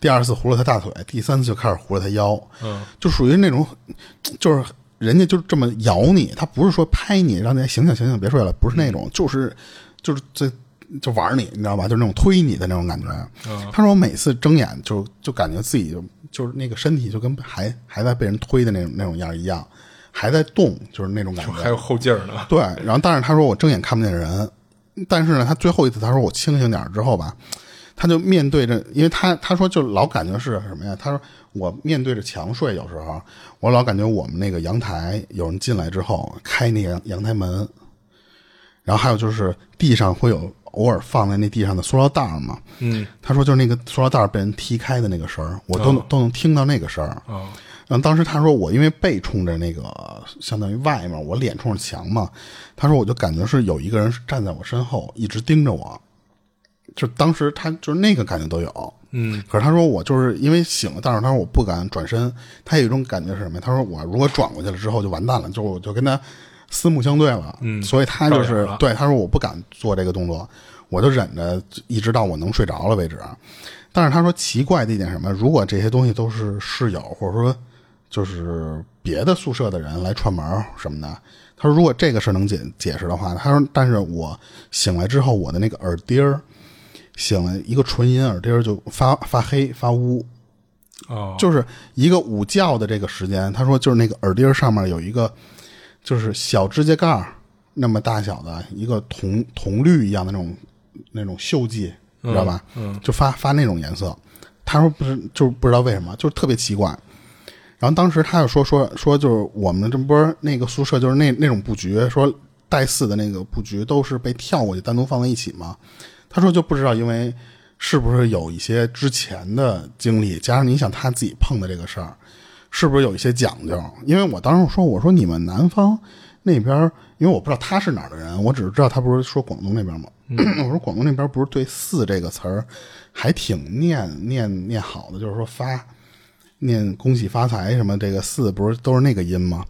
Speaker 2: 第二次呼了他大腿，第三次就开始呼了他腰。
Speaker 3: 嗯，
Speaker 2: 就属于那种，就是人家就是这么咬你，他不是说拍你让你醒醒醒醒别睡了，不是那
Speaker 3: 嗯
Speaker 2: 种，就是就是这。就玩你，你知道吧？就是那种推你的那种感觉。
Speaker 3: 嗯
Speaker 2: 他说我每次睁眼就就感觉自己就就是那个身体就跟还还在被人推的那种那种样儿一样，还在动，就是那种感觉。
Speaker 3: 还有后劲儿呢。
Speaker 2: 对，然后但是他说我睁眼看不见人，但是呢，他最后一次他说我清醒点儿之后吧，他就面对着，因为他他说就老感觉是什么呀？他说我面对着墙睡，有时候我老感觉我们那个阳台有人进来之后开那个阳阳台门，然后还有就是地上会有偶尔放在那地上的塑料袋儿嘛，
Speaker 3: 嗯，
Speaker 2: 他说就是那个塑料袋儿被人踢开的那个声儿，我都、都能听到那个声儿。
Speaker 3: 啊，
Speaker 2: 然后当时他说我因为背冲着那个相当于外面，我脸冲着墙嘛，他说我就感觉是有一个人是站在我身后一直盯着我，就当时他就是那个感觉都有。
Speaker 3: 嗯，
Speaker 2: 可是他说我就是因为醒了，但是他说我不敢转身，他有一种感觉是什么呀？他说我如果转过去了之后就完蛋了，就我就跟他四目相对了。嗯，所以他就
Speaker 3: 照眼
Speaker 2: 是
Speaker 3: 了
Speaker 2: 对他说我不敢做这个动作，我就忍着，一直到我能睡着了为止。啊但是他说奇怪的一点是什么？如果这些东西都是室友或者说就是别的宿舍的人来串门儿什么的，他说如果这个事儿能解解释的话，他说但是我醒来之后我的那个耳钉儿。醒了一个纯银耳钉儿就发发黑发乌，
Speaker 3: 哦，
Speaker 2: 就是一个午觉的这个时间。他说就是那个耳钉儿上面有一个就是小指甲盖儿那么大小的一个铜铜绿一样的那种那种锈迹，你知道吧？嗯，就发发那种颜色。他说不是，就是不知道为什么，就是特别奇怪。然后当时他又说说说，就是我们这不是那个宿舍就是那那种布局，说带四的那个布局都是被跳过去单独放在一起嘛。他说就不知道因为是不是有一些之前的经历，加上你想他自己碰的这个事儿，是不是有一些讲究？因为我当时说，我说你们南方那边儿，因为我不知道他是哪儿的人，我只是知道他不是说广东那边吗？我说广东那边不是对“四”这个词儿还挺念念念好的，就是说发念恭喜发财什么这个“四”不是都是那个音吗？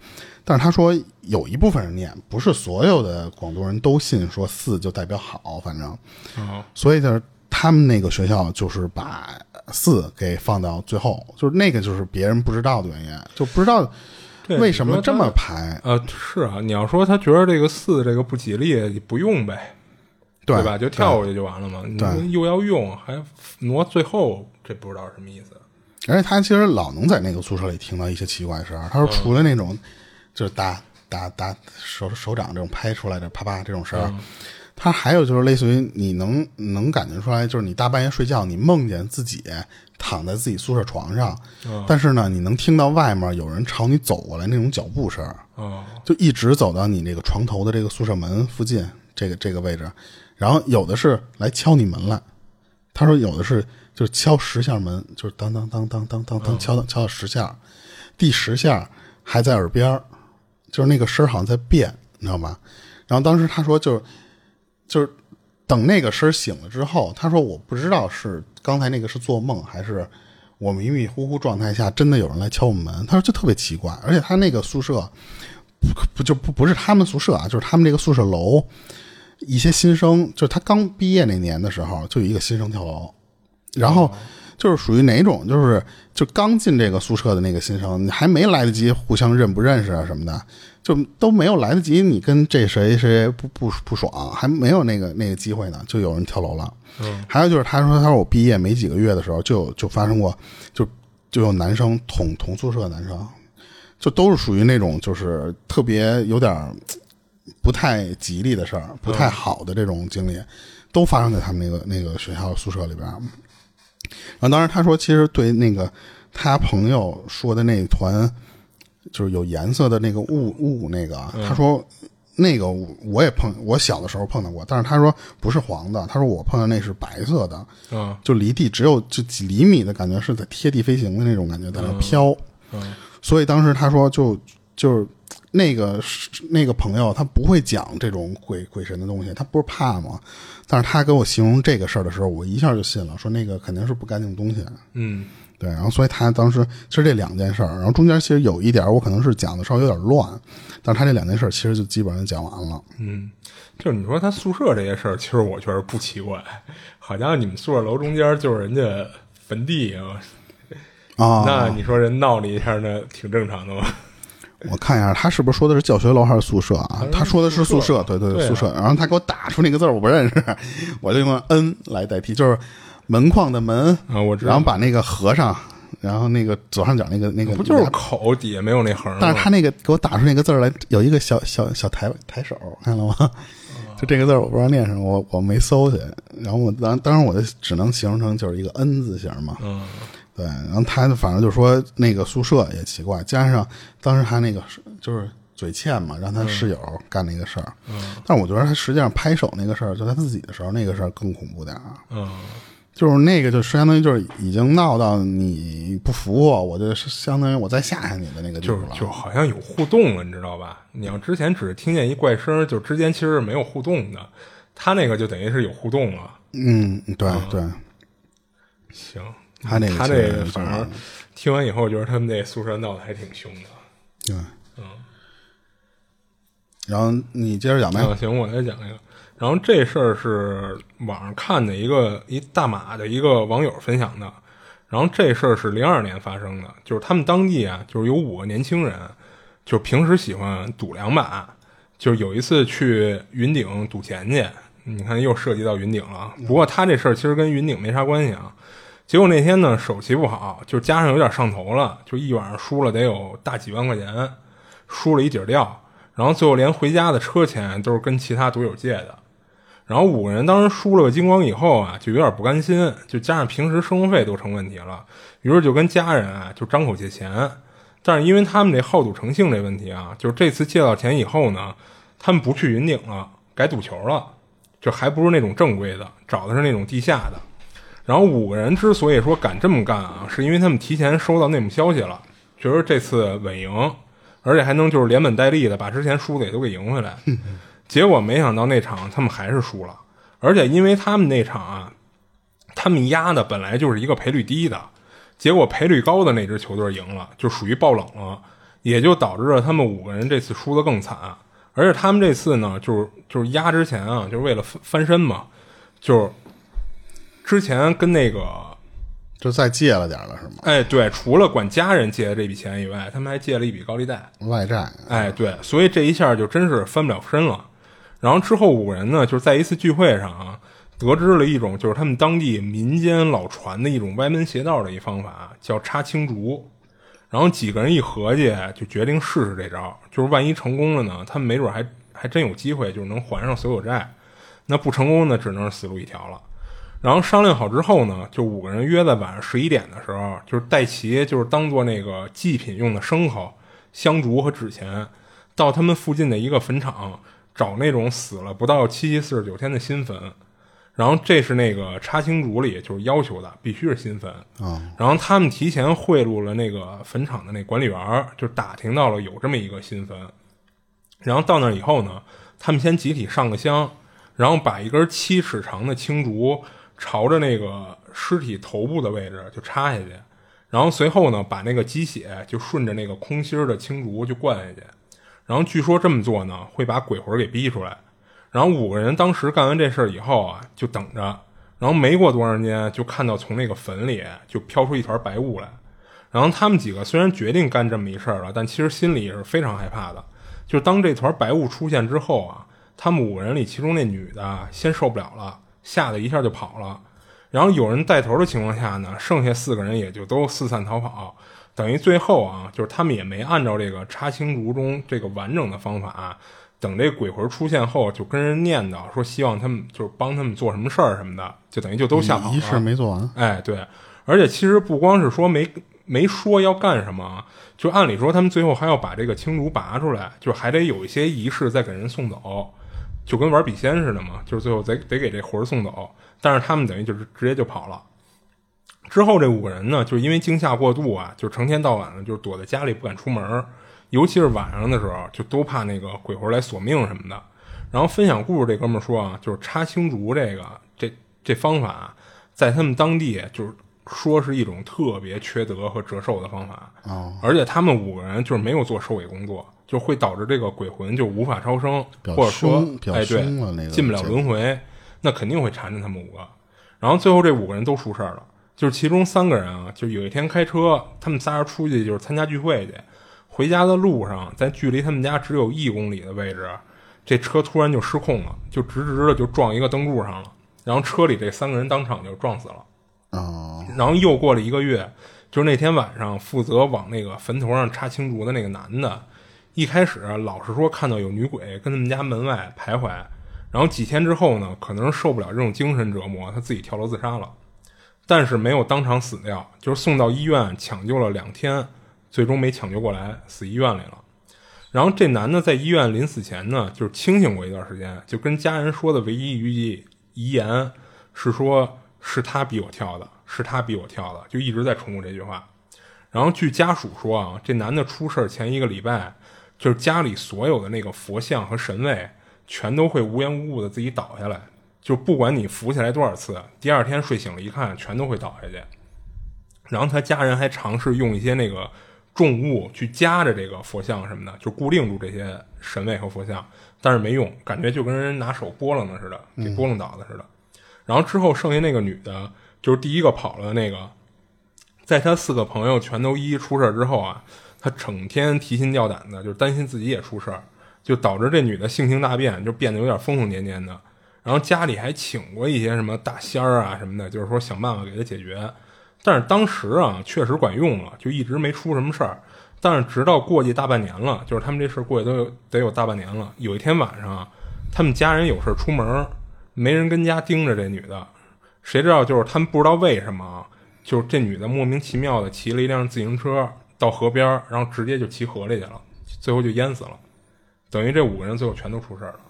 Speaker 2: 但是他说有一部分人念，不是所有的广东人都信说“四”就代表好，反正。
Speaker 3: 啊，
Speaker 2: 所以就是他们那个学校就是把四给放到最后，就是那个就是别人不知道的原因，就不知道
Speaker 3: 对
Speaker 2: 为什
Speaker 3: 你
Speaker 2: 么
Speaker 3: 说
Speaker 2: 这
Speaker 3: 他
Speaker 2: 么排。
Speaker 3: 呃，是啊，你要说他觉得这个四这个不吉利，你不用呗，对
Speaker 2: 对
Speaker 3: 吧？就跳过去就完了嘛。你又要用，还挪最后，这不知道什么意思。
Speaker 2: 而且他其实老能在那个宿舍里听到一些奇怪的事儿。他说除了那种、就是打打打手手掌这种拍出来的啪啪这种事儿，他还有就是类似于你能能感觉出来，就是你大半夜睡觉，你梦见自己躺在自己宿舍床上，但是呢，你能听到外面有人朝你走过来那种脚步声。
Speaker 3: 啊，
Speaker 2: 就一直走到你这个床头的这个宿舍门附近这个这个位置，然后有的是来敲你门来，他说有的是就是敲十下门，就是当当当当当当当敲到敲到十下，第十下还在耳边儿，就是那个声儿好像在变，你知道吗？然后当时他说就是就是等那个声儿醒了之后，他说我不知道是刚才那个是做梦还是我迷迷糊糊状态下真的有人来敲我们门。他说就特别奇怪，而且他那个宿舍不不就不不是他们宿舍啊，就是他们这个宿舍楼一些新生，就是他刚毕业那年的时候，就有一个新生跳楼，然后。就是属于哪种，就是就刚进这个宿舍的那个新生，你还没来得及互相认不认识啊什么的，就都没有来得及你跟这谁谁不不不爽，还没有那个那个机会呢，就有人跳楼了。嗯，还有就是他说他说我毕业没几个月的时候就有就发生过，就就有男生同同宿舍的男生，就都是属于那种就是特别有点儿不太吉利的事儿，不太好的这种经历，都发生在他们那个那个学校宿舍里边儿。然后当时他说，其实对那个他朋友说的那团，就是有颜色的那个雾雾那个啊，他说那个我我也碰，我小的时候碰到过，但是他说不是黄的，他说我碰到那是白色的，
Speaker 3: 啊，
Speaker 2: 就离地只有就几厘米的感觉，是在贴地飞行的那种感觉，在那飘。
Speaker 3: 嗯
Speaker 2: 所以当时他说就就是那个是那个朋友他不会讲这种鬼鬼神的东西，他不是怕吗？但是他给我形容这个事儿的时候，我一下就信了，说那个肯定是不干净的东西。啊
Speaker 3: 嗯，
Speaker 2: 对，然后所以他当时其实这两件事儿，然后中间其实有一点儿我可能是讲的稍微有点乱，但是他这两件事儿其实就基本上讲完了。
Speaker 3: 就是你说他宿舍这些事儿，其实我觉得不奇怪。好家伙，你们宿舍楼中间就是人家坟地啊，
Speaker 2: 啊，
Speaker 3: 那你说人闹了一下，那挺正常的嘛。
Speaker 2: 我看一下，他是不是说的是教学楼还是宿舍啊？
Speaker 3: 正
Speaker 2: 他说的是宿
Speaker 3: 哎宿
Speaker 2: 舍
Speaker 3: 舍，
Speaker 2: 对对
Speaker 3: 对啊
Speaker 2: 宿舍。然后他给我打出那个字儿我不认识，我就用 “n” 来代替，就是门框的门
Speaker 3: 啊我知道
Speaker 2: 然后把那个合上，然后那个左上角那个那个
Speaker 3: 不就是口底下没有那横吗？
Speaker 2: 但是他那个给我打出那个字儿来，有一个小小小抬抬手，看到
Speaker 3: 哦
Speaker 2: 吗？就这个字儿我不知道念什么，我我没搜去。然后我当当然我就只能形容成就是一个 N 字形嘛。
Speaker 3: 嗯
Speaker 2: 对，然后他反正就说那个宿舍也奇怪，加上当时他那个是就是嘴欠嘛，
Speaker 3: 嗯
Speaker 2: 让他室友干那个事儿。但是我觉得他实际上拍手那个事儿，就他自己的时候那个事儿更恐怖点儿。啊
Speaker 3: 嗯，
Speaker 2: 就是那个，就相当于就是已经闹到你不服我，我就是相当于我再吓吓你的那个地
Speaker 3: 就
Speaker 2: 步
Speaker 3: 是
Speaker 2: 了。
Speaker 3: 就好像有互动了，你知道吧？你要之前只是听见一怪声，就之间其实是没有互动的，他那个就等于是有互动了。
Speaker 2: 嗯，对对，
Speaker 3: 行，
Speaker 2: 他那个
Speaker 3: 他
Speaker 2: 其
Speaker 3: 这
Speaker 2: 实
Speaker 3: 个
Speaker 2: 就是
Speaker 3: 反正听完以后，我觉得他们那宿舍闹得还挺凶的。
Speaker 2: 对，然后你接着讲呗。
Speaker 3: 啊，行，我再讲一个。然后这事儿是网上看的一个一大马的一个网友分享的。然后这事儿是零二年发生的，就是他们当地啊，就是有五个年轻人，就是平时喜欢赌两把，就是有一次去云顶赌钱去。你看，又涉及到云顶了
Speaker 2: 嗯
Speaker 3: 啊。不过他这事儿其实跟云顶没啥关系啊。结果那天呢，手气不好，就加上有点上头了，就一晚上输了得有大几万块钱，输了一底儿掉，然后最后连回家的车钱都是跟其他赌友借的。然后五个人当时输了个精光以后啊，就有点不甘心，就加上平时生活费都成问题了，于是就跟家人啊就张口借钱。但是因为他们这好赌成性这问题啊，就是这次借到钱以后呢，他们不去云顶了，改赌球了，就还不是那种正规的，找的是那种地下的。然后五个人之所以说敢这么干啊，是因为他们提前收到内幕消息了，觉得这次稳赢，而且还能就是连本带利的把之前输的也都给赢回来。结果没想到那场他们还是输了，而且因为他们那场啊，他们压的本来就是一个赔率低的，结果赔率高的那支球队赢了，就属于爆冷了，也就导致了他们五个人这次输得更惨。而且他们这次呢，就是就是压之前啊，就是为了翻翻身嘛，就是之前跟那个
Speaker 2: 就再借了点儿了是吗？
Speaker 3: 哎对，除了管家人借的这笔钱以外，他们还借了一笔高利贷。
Speaker 2: 外债，
Speaker 3: 哎，对，所以这一下就真是翻不了哎身了。然后之后五个人呢，就是在一次聚会上啊，得知了一种就是他们当地民间老传的一种歪门邪道的一方法，叫插青竹。然后几个人一合计，就决定试试这招。就是万一成功了呢，他们没准还还真有机会，就是能还上所有债。那不成功呢，只能是死路一条了。然后商量好之后呢，就五个人约在晚上十一点的时候，就是带齐就是当做那个祭品用的牲口、香烛和纸钱，到他们附近的一个坟场找那种死了不到七七四十九天的新坟。然后这是那个插青竹里就是要求的，必须是新坟。啊，然后他们提前贿赂了那个坟场的那管理员儿，就打听到了有这么一个新坟。然后到那以后呢，他们先集体上个香，然后把一根七尺长的青竹朝着那个尸体头部的位置就插下去，然后随后呢，把那个鸡血就顺着那个空心儿的青竹就灌下去，然后据说这么做呢，会把鬼魂给逼出来。然后五个人当时干完这事儿以后啊，就等着，然后没过多长时间，就看到从那个坟里就飘出一团白雾来。然后他们几个虽然决定干这么一事儿了，但其实心里也是非常害怕的。就当这团白雾出现之后啊，他们五个人里，其中那女的啊先受不了了，吓得一下就跑了。然后有人带头的情况下呢，剩下四个人也就都四散逃跑。等于最后啊，就是他们也没按照这个插青竹中这个完整的方法、啊，等这鬼魂出现后，就跟人念叨说希望他们就是帮他们做什么事儿什么的，就等于就都吓跑了。
Speaker 2: 仪式没做完，
Speaker 3: 哎，对，而且其实不光是说没没说要干什么啊，就按理说他们最后还要把这个青竹拔出来，就还得有一些仪式再给人送走，就跟玩笔仙似的嘛，就是最后得得给这魂儿送走，但是他们等于就是直接就跑了。之后这五个人呢，就因为惊吓过度啊，就成天到晚的就躲在家里不敢出门儿，尤其是晚上的时候，就都怕那个鬼魂来索命什么的。然后分享故事这哥们儿说啊，就是插青竹这个这这方法啊，在他们当地就是说是一种特别缺德和折寿的方法。
Speaker 2: 哦，
Speaker 3: 而且他们五个人就是没有做收尾工作，就会导致这个鬼魂就无法超生，
Speaker 2: 比较
Speaker 3: 或者说
Speaker 2: 凶比较
Speaker 3: 哎对
Speaker 2: 凶了那个
Speaker 3: 进不了轮回，那肯定会缠着他们五个。然后最后这五个人都出事儿了，就是其中三个人啊，就是有一天开车，他们仨人出去就是参加聚会去，回家的路上，在距离他们家只有一公里的位置，这车突然就失控了，就直直的就撞一个灯柱上了，然后车里这三个人当场就撞死了。
Speaker 2: 哦，
Speaker 3: 然后又过了一个月，就是那天晚上负责往那个坟头上插青竹的那个男的，一开始啊老是说看到有女鬼跟他们家门外徘徊，然后几天之后呢，可能是受不了这种精神折磨，他自己跳楼自杀了，但是没有当场死掉，就是送到医院抢救了两天，最终没抢救过来，死医院里了。然后这男的在医院临死前呢，就是清醒过一段时间，就跟家人说的唯一遗遗言是说是他逼我跳的，是他逼我跳的，就一直在重复这句话。然后据家属说啊，这男的出事儿前一个礼拜，就是家里所有的那个佛像和神位全都会无缘无故的自己倒下来，就不管你扶起来多少次，第二天睡醒了一看，全都会倒下去。然后他家人还尝试用一些那个重物去夹着这个佛像什么的，就固定住这些神位和佛像，但是没用，感觉就跟人拿手拨楞的似的，给拨楞倒的似的。然后之后剩下那个女的，就是第一个跑了的那个，在他四个朋友全都一一出事儿之后啊，他整天提心吊胆的，就是担心自己也出事儿，就导致这女的性情大变，就变得有点疯疯癫癫的。然后家里还请过一些什么大仙儿啊什么的，就是说想办法给她解决。但是当时啊，确实管用了，就一直没出什么事儿。但是直到过去大半年了，就是他们这事儿过去都有得有大半年了。有一天晚上啊，他们家人有事儿出门儿，没人跟家盯着这女的，谁知道就是他们不知道为什么啊，就是这女的莫名其妙的骑了一辆自行车到河边儿，然后直接就骑河里去了，最后就淹死了。等于这五个人最后全都出事儿了。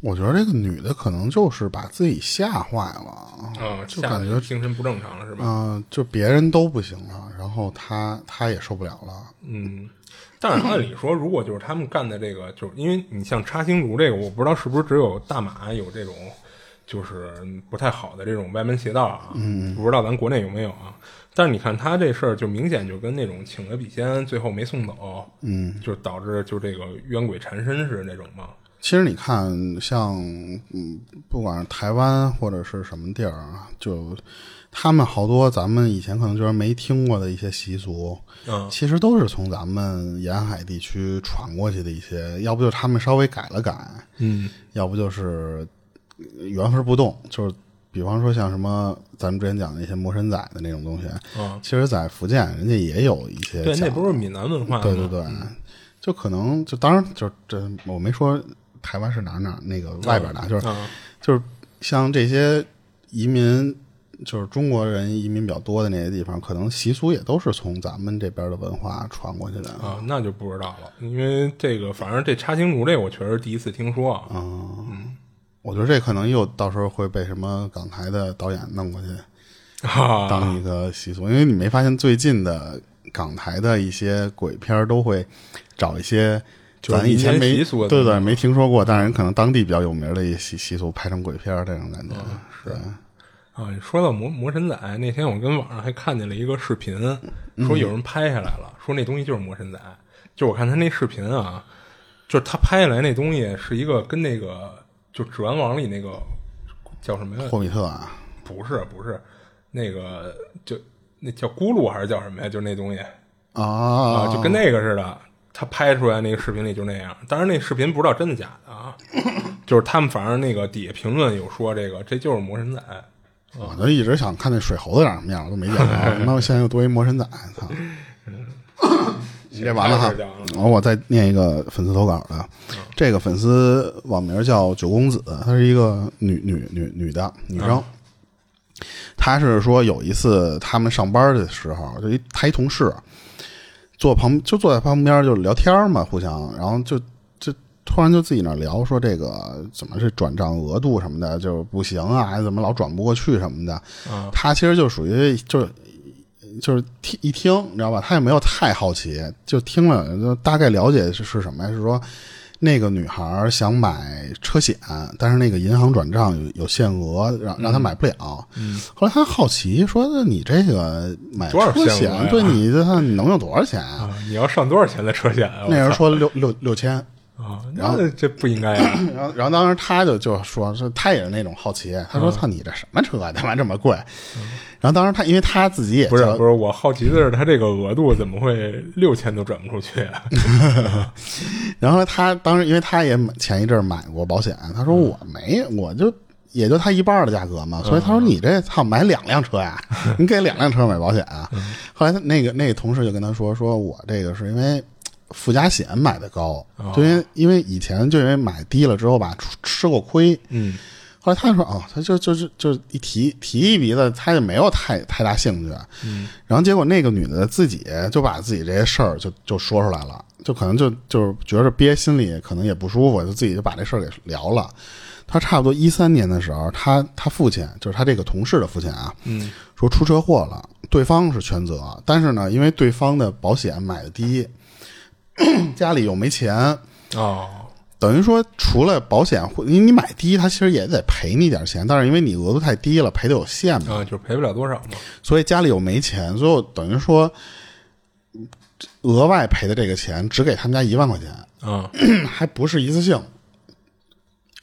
Speaker 2: 我觉得这个女的可能就是把自己吓坏了，
Speaker 3: 啊，
Speaker 2: 就
Speaker 3: 吓
Speaker 2: 感
Speaker 3: 得
Speaker 2: 觉
Speaker 3: 精神不正常了是吧？
Speaker 2: 嗯、就别人都不行了，然后她她也受不了了。
Speaker 3: 嗯，但是按理说，如果就是他们干的这个，就是因为你像插星族这个，我不知道是不是只有大马有这种，就是不太好的这种歪门邪道啊。嗯，不知道咱国内有没有啊？但是你看他这事儿，就明显就跟那种请了笔仙，最后没送走，嗯，就导致就这个冤鬼缠身似的那种嘛。
Speaker 2: 其实你看，像嗯，不管是台湾或者是什么地儿啊，就他们好多咱们以前可能就是没听过的一些习俗，
Speaker 3: 嗯
Speaker 2: 其实都是从咱们沿海地区传过去的一些，要不就他们稍微改了改，
Speaker 3: 嗯
Speaker 2: 要不就是呃原封不动，就是比方说像什么咱们之前讲的一些魔神仔的那种东西，
Speaker 3: 啊，
Speaker 2: 其实，在福建人家也有一些
Speaker 3: 对，
Speaker 2: 讲
Speaker 3: 那不是闽南文化吗？
Speaker 2: 对对对，就可能就当然就这我没说台湾是哪儿哪儿那个外边的，就是、
Speaker 3: 啊，
Speaker 2: 就是像这些移民，就是中国人移民比较多的那些地方，可能习俗也都是从咱们这边的文化传过去的。
Speaker 3: 啊，那就不知道了，因为这个，反正这插星族这个，我确实第一次听说啊。
Speaker 2: 我觉得这可能又到时候会被什么港台的导演弄过去
Speaker 3: 啊，
Speaker 2: 当一个习俗，因为你没发现最近的港台的一些鬼片儿都会找一些。
Speaker 3: 就是
Speaker 2: 咱以前
Speaker 3: 民间
Speaker 2: 没
Speaker 3: 习俗的
Speaker 2: 对
Speaker 3: 东
Speaker 2: 对没听说过，但是可能当地比较有名的一些习习俗拍成鬼片儿这种感觉，是
Speaker 3: 啊，你说到魔魔神仔，那天我跟网上还看见了一个视频，说有人拍下来了，说那东西就是魔神仔。就我看他那视频啊，就是他拍下来那东西是一个跟那个就《指环王》里那个叫什么呀？
Speaker 2: 霍比特啊，
Speaker 3: 不是不是，那个就那叫咕噜还是叫什么呀？就那东西
Speaker 2: 啊
Speaker 3: 啊，就
Speaker 2: 哦
Speaker 3: 跟那个似的。他拍出来那个视频里就那样，当然那视频不知道真的假的啊， 就是他们反正那个底下评论有说这个这就是魔神仔。
Speaker 2: 我就一直想看那水猴子长什么样，我都没见着。他妈，现在又多一魔神仔，操！你这完了哈
Speaker 3: 太漂亮了！
Speaker 2: 然后我再念一个粉丝投稿的，这个粉丝网名叫九公子，她是一个女女女女的女生。她是说有一次他们上班的时候，就一她一同事坐旁就坐在旁边就聊天嘛，互相，然后就就突然就自己那儿聊说这个怎么是转账额度什么的就不行啊，还是怎么老转不过去什么的。
Speaker 3: 啊
Speaker 2: 他其实就属于就是就是听一听，你知道吧？他也没有太好奇，就听了就大概了解是是什么呀？是说那个女孩想买车险，但是那个银行转账有有限额，让让她买不了。嗯，后来他好奇说：“那你这个买
Speaker 3: 多少
Speaker 2: 车
Speaker 3: 限
Speaker 2: 险
Speaker 3: 额呀
Speaker 2: 对你这趟你能有多少钱啊？”
Speaker 3: 啊，你要上多少钱的车险啊？
Speaker 2: 那人
Speaker 3: 我操
Speaker 2: 说六六六千，
Speaker 3: 啊，
Speaker 2: 然后！
Speaker 3: 那这不应该啊
Speaker 2: 然后然后当时他就就说是他也是那种好奇，他说：“操、你这什么车啊，他妈这么贵？”然后当时他因为他自己也
Speaker 3: 不是
Speaker 2: 叫
Speaker 3: 不是，我好奇的是他这个额度怎么会六千都转不出去啊？
Speaker 2: 然后他当时因为他也买前一阵儿买过保险，他说我没，我就也就他一半儿的价格嘛，所以他说你这操买两辆车呀，你给两辆车买保险啊。 后来他那个那个同事就跟他说，说我这个是因为附加险买的高，就因为因为以前就因为买低了之后吧吃吃过亏，
Speaker 3: 嗯
Speaker 2: 后来他说哦，他就就就就一提提一鼻子，他也没有太太大兴趣。嗯，然后结果那个女的自己就把自己这些事儿就就说出来了，就可能就就是觉着憋心里可能也不舒服，就自己就把这事儿给聊了。他差不多一三年的时候，他他父亲就是他这个同事的父亲啊，
Speaker 3: 嗯
Speaker 2: 说出车祸了，对方是全责，但是呢，因为对方的保险买的低， 家里又没钱，
Speaker 3: 哦
Speaker 2: 等于说，除了保险，或因为你买低，它其实也得赔你点儿钱，但是因为你额度太低了，赔的有限嘛，
Speaker 3: 啊，就是赔不了多少嘛。
Speaker 2: 所以家里又没钱，所以我等于说，额外赔的这个钱只给他们家一万块钱，
Speaker 3: 啊
Speaker 2: 还不是一次性，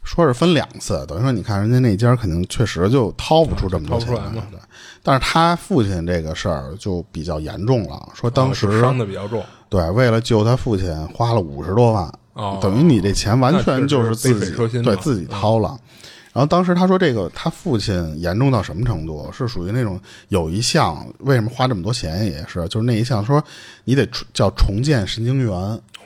Speaker 2: 说是分两次，等于说你看人家那家肯定确实就掏不出这么多钱
Speaker 3: 掏不出来嘛
Speaker 2: 对但是他父亲这个事儿就比较严重了，说当时、
Speaker 3: 啊就伤的比较重，
Speaker 2: 对为了救他父亲花了五十多万，
Speaker 3: 哦
Speaker 2: 等于你这钱完全就是自
Speaker 3: 那
Speaker 2: 己
Speaker 3: 确实是杯水车薪嘛嗯
Speaker 2: 对自己掏了。然后当时他说，这个他父亲严重到什么程度？是属于那种有一项为什么花这么多钱也是，就是那一项说你得重叫重建神经元，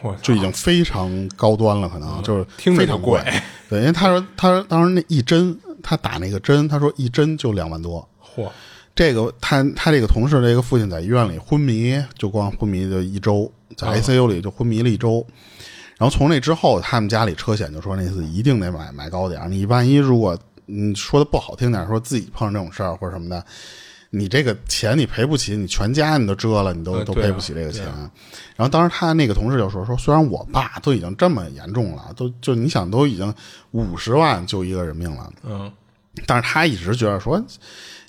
Speaker 3: 我操
Speaker 2: 就已经非常高端了，可能就是
Speaker 3: 嗯听着
Speaker 2: 非
Speaker 3: 就
Speaker 2: 常贵。对，因为他说他当时那一针，他打那个针，他说一针就两万多。
Speaker 3: 嚯
Speaker 2: 这个他他这个同事这个
Speaker 3: 啊
Speaker 2: 父亲在医院里昏迷，就光昏迷就一周，在 ICU 里就昏迷了一周。然后从那之后，他们家里车险就说那次一定得买买高点儿，你万一如果你说的不好听点儿，说自己碰上这种事儿或者什么的，你这个钱你赔不起，你全家你都折了，你都、
Speaker 3: 呃
Speaker 2: 都
Speaker 3: 对啊
Speaker 2: 赔不起这个
Speaker 3: 对
Speaker 2: 钱。
Speaker 3: 啊
Speaker 2: 然后当时他那个同事就说说，虽然我爸都已经这么严重了，都就你想都已经五十万就一个人命了，
Speaker 3: 嗯，
Speaker 2: 但是他一直觉得说，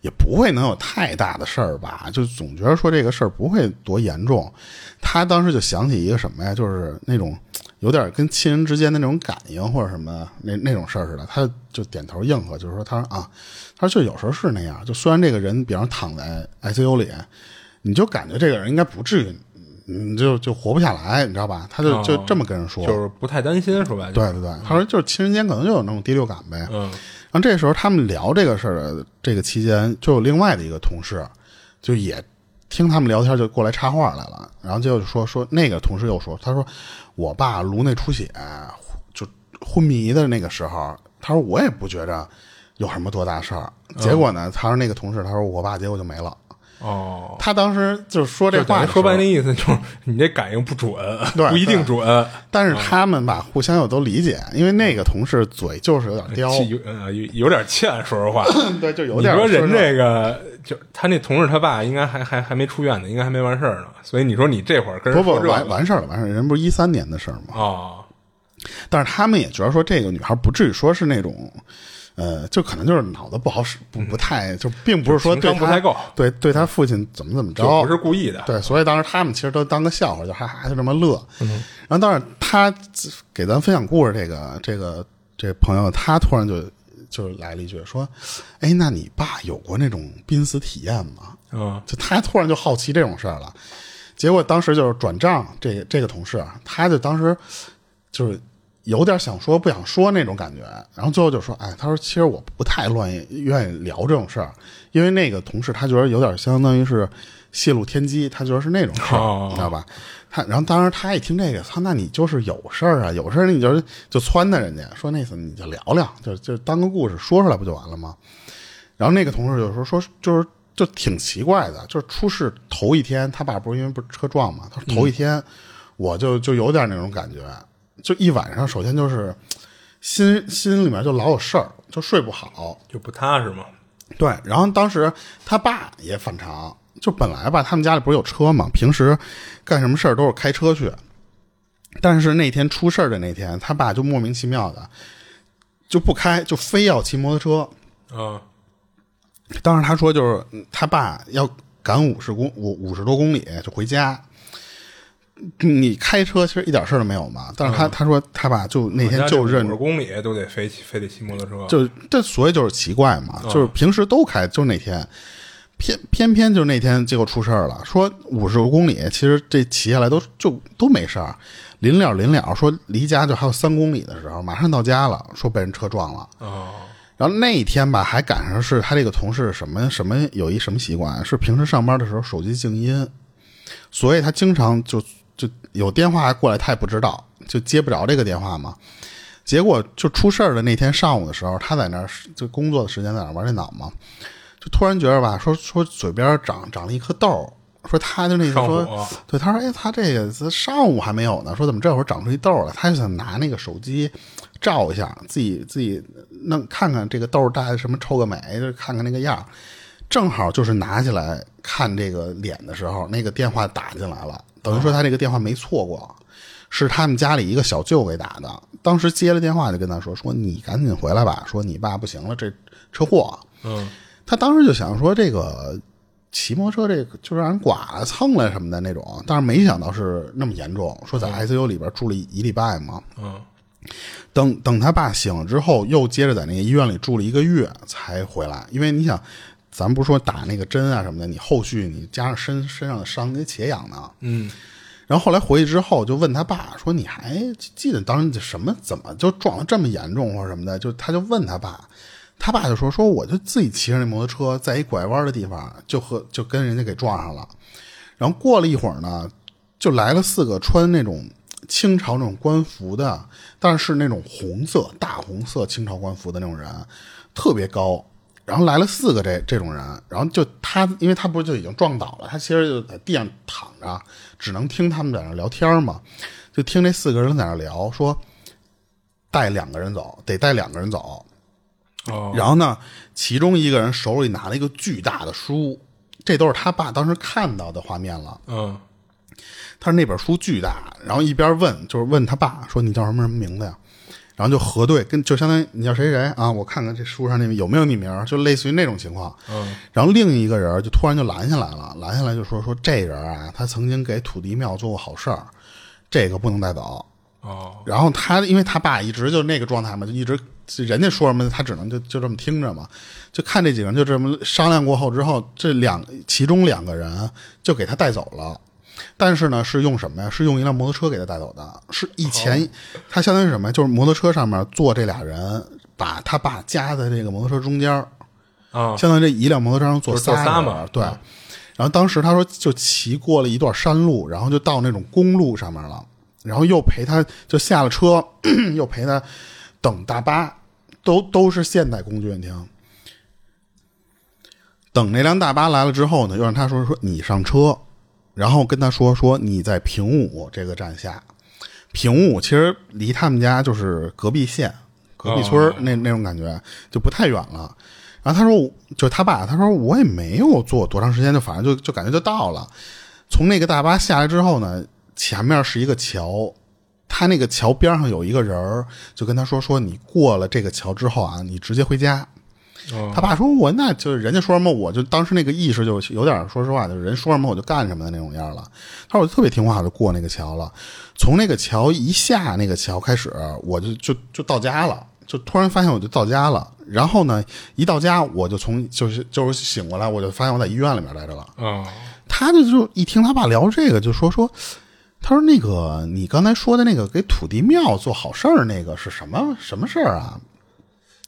Speaker 2: 也不会能有太大的事儿吧，就总觉得说这个事儿不会多严重。他当时就想起一个什么呀，就是那种有点跟亲人之间的那种感应或者什么那那种事儿似的，他就点头应和，就是说他说啊，他说就有时候是那样，就虽然这个人比方躺在 ICU 里，你就感觉这个人应该不至于，嗯你就就活不下来，你知道吧？他就就
Speaker 3: 哦
Speaker 2: 这么跟人说，
Speaker 3: 就是不太担心，说白了就
Speaker 2: 对
Speaker 3: 是，
Speaker 2: 对对，他说就是亲人间可能就有那种第六感呗，
Speaker 3: 嗯
Speaker 2: 然后这时候他们聊这个事儿的这个期间，就有另外的一个同事，就也听他们聊天，就过来插话来了。然后就说说那个同事又说，他说我爸颅内出血就昏迷的那个时候，他说我也不觉着有什么多大事儿。结果呢，他说那个同事他说我爸结果就没了。
Speaker 3: 嗯哦，
Speaker 2: 他当时就说这
Speaker 3: 就
Speaker 2: 话的
Speaker 3: 等于
Speaker 2: 时候，
Speaker 3: 说白那意思就是 你这感应不准，
Speaker 2: 对
Speaker 3: 不一定准，
Speaker 2: 但是
Speaker 3: 嗯
Speaker 2: 他们吧互相又都理解，因为那个同事嘴就是有点刁，
Speaker 3: 气有呃有有点欠，说实话。
Speaker 2: 对，就 有
Speaker 3: 你
Speaker 2: 点
Speaker 3: 说
Speaker 2: 说
Speaker 3: 人
Speaker 2: 实话
Speaker 3: 这个，就他那同事他爸应该还还还没出院呢，应该还没完事儿呢，所以你说你这会儿跟
Speaker 2: 不
Speaker 3: 人
Speaker 2: 不
Speaker 3: 说这
Speaker 2: 完
Speaker 3: 个
Speaker 2: 完事儿了，完事儿了，人不是一三年的事儿吗？
Speaker 3: 哦，
Speaker 2: 但是他们也觉得说，这个女孩不至于说是那种，呃，就可能就是脑子不好使，不不太就并不是说
Speaker 3: 嗯情
Speaker 2: 对
Speaker 3: 商
Speaker 2: 她
Speaker 3: 不太够
Speaker 2: 对对他父亲怎么怎么着，
Speaker 3: 就不是故意的，
Speaker 2: 对，所以当时他们其实都当个笑话，就哈哈就这么乐。
Speaker 3: 嗯
Speaker 2: 然后，但是他给咱分享故事这个这个这朋友，他突然就就来了一句说：“哎，那你爸有过那种濒死体验吗？”
Speaker 3: 嗯，
Speaker 2: 就他突然就好奇这种事儿了。结果当时就是转账，这个这个同事啊，他就当时就是有点想说不想说那种感觉，然后最后就说：“哎，他说其实我不太乱愿意聊这种事儿，因为那个同事他觉得有点相当于是泄露天机，他觉得是那种事儿，
Speaker 3: 哦
Speaker 2: 你知道吧？他然后当时他一听这个，操，那你就是有事儿啊，有事儿你就就撺掇人家说那次你就聊聊，就就当个故事说出来不就完了吗？”然后那个同事就说说就是就挺奇怪的，就是出事头一天，他爸不是因为不是车撞嘛，他说头一天我就就有点那种感觉，就一晚上首先就是心心里面就老有事儿，就睡不好。
Speaker 3: 就不踏实嘛，
Speaker 2: 对，然后当时他爸也反常，就本来吧，他们家里不是有车嘛，平时干什么事儿都是开车去，但是那天出事儿的那天，他爸就莫名其妙的就不开，就非要骑摩托车。
Speaker 3: 嗯，
Speaker 2: 当时他说就是嗯他爸要赶五十公五五十多公里就回家。你开车其实一点事儿都没有嘛，但是他、他说他爸就那天就认
Speaker 3: 五十公里都得非非得骑摩托车，
Speaker 2: 就这所以就是奇怪嘛，
Speaker 3: 嗯
Speaker 2: 就是平时都开，就那天偏偏偏就那天结果出事儿了，说五十公里，其实这骑下来都就都没事儿，临了临了，说离家就还有三公里的时候，马上到家了，说被人车撞了。
Speaker 3: 哦，
Speaker 2: 然后那一天吧，还赶上是他这个同事什么什么有一什么习惯，是平时上班的时候手机静音，所以他经常就就有电话过来，他也不知道，就接不着这个电话嘛。结果就出事儿的那天上午的时候，他在那儿就工作的时间在那儿玩电脑嘛，就突然觉得吧，说说嘴边长长了一颗痘儿，说他就那个
Speaker 3: 上
Speaker 2: 说
Speaker 3: 火，啊
Speaker 2: 对，他说：“哎，他这个这上午还没有呢，说怎么这会儿长出一痘儿来？”他就想拿那个手机照一下，自己自己弄看看这个痘儿大概什么，臭个美，就看看那个样儿。正好就是拿起来看这个脸的时候，那个电话打进来了，等于说他这个电话没错过，是他们家里一个小舅给打的。当时接了电话就跟他说：“说你赶紧回来吧，说你爸不行了，这车祸。”
Speaker 3: 嗯，
Speaker 2: 他当时就想说这个骑摩托车这个就让人剐了蹭了什么的那种，但是没想到是那么严重，说在 ICU 里边住了一礼拜嘛。
Speaker 3: 嗯，
Speaker 2: 等等他爸醒了之后，又接着在那个医院里住了一个月才回来，因为你想。咱不是说打那个针啊什么的，你后续你加上身身上的伤，你且养呢。
Speaker 3: 嗯，
Speaker 2: 然后后来回去之后，就问他爸说：“你还记得当时什么怎么就撞得这么严重或者什么的？”就他就问他爸，他爸就说：“说我就自己骑着那摩托车，在一拐弯的地方就和就跟人家给撞上了。然后过了一会儿呢，就来了四个穿那种清朝那种官服的，但是那种红色大红色清朝官服的那种人，特别高，然后来了四个这这种人，然后就他，因为他不是就已经撞倒了，他其实就在地上躺着，只能听他们在那聊天嘛，就听这四个人在那聊，说带两个人走，得带两个人走。
Speaker 3: 哦，
Speaker 2: 然后呢，其中一个人手里拿了一个巨大的书，这都是他爸当时看到的画面了。
Speaker 3: 嗯，
Speaker 2: 他说那本书巨大，然后一边问就是问他爸说你叫什么什么名字呀？然后就核对，跟就相当于你叫谁谁啊？我看看这书上那有没有你名儿，就类似于那种情况。嗯。然后另一个人就突然就拦下来了，拦下来就说说这人啊，他曾经给土地庙做过好事儿，这个不能带走。
Speaker 3: 哦，
Speaker 2: 然后他因为他爸一直就那个状态嘛，就一直人家说什么他只能就就这么听着嘛，就看这几个人就这么商量过后之后，这两其中两个人就给他带走了。但是呢，是用什么呀？是用一辆摩托车给他带走的。是以前，他相当于是什么呀？就是摩托车上面坐这俩人，把他爸夹在这个摩托车中间儿，
Speaker 3: 啊，
Speaker 2: 相当于这一辆摩托车上坐
Speaker 3: 就是坐仨
Speaker 2: 仨
Speaker 3: 嘛
Speaker 2: 人对。然后当时他说就骑过了一段山路，然后就到那种公路上面了，然后又陪他就下了车， 又陪他等大巴，都都是现代工具运厅。等那辆大巴来了之后呢，又让他说说你上车，然后跟他说说你在平武这个站下，平武其实离他们家就是隔壁县、隔壁村儿
Speaker 3: 哦
Speaker 2: 那那种感觉就不太远了。然后他说我，就他爸，他说我也没有坐多长时间，就反正就就感觉就到了。从那个大巴下来之后呢，前面是一个桥，他那个桥边上有一个人儿，就跟他说说你过了这个桥之后啊，你直接回家。
Speaker 3: 哦
Speaker 2: 他爸说我那就是人家说什么，我就当时那个意识就有点说实话，就是人说什么我就干什么的那种样了。他说我特别听话，就过那个桥了。从那个桥一下那个桥开始，我就就就到家了，就突然发现我就到家了。然后呢，一到家我就从就是就是醒过来，我就发现我在医院里面待着了。
Speaker 3: 啊，
Speaker 2: 他就就一听他爸聊这个，就说说，他说那个你刚才说的那个给土地庙做好事儿那个是什么什么事儿啊？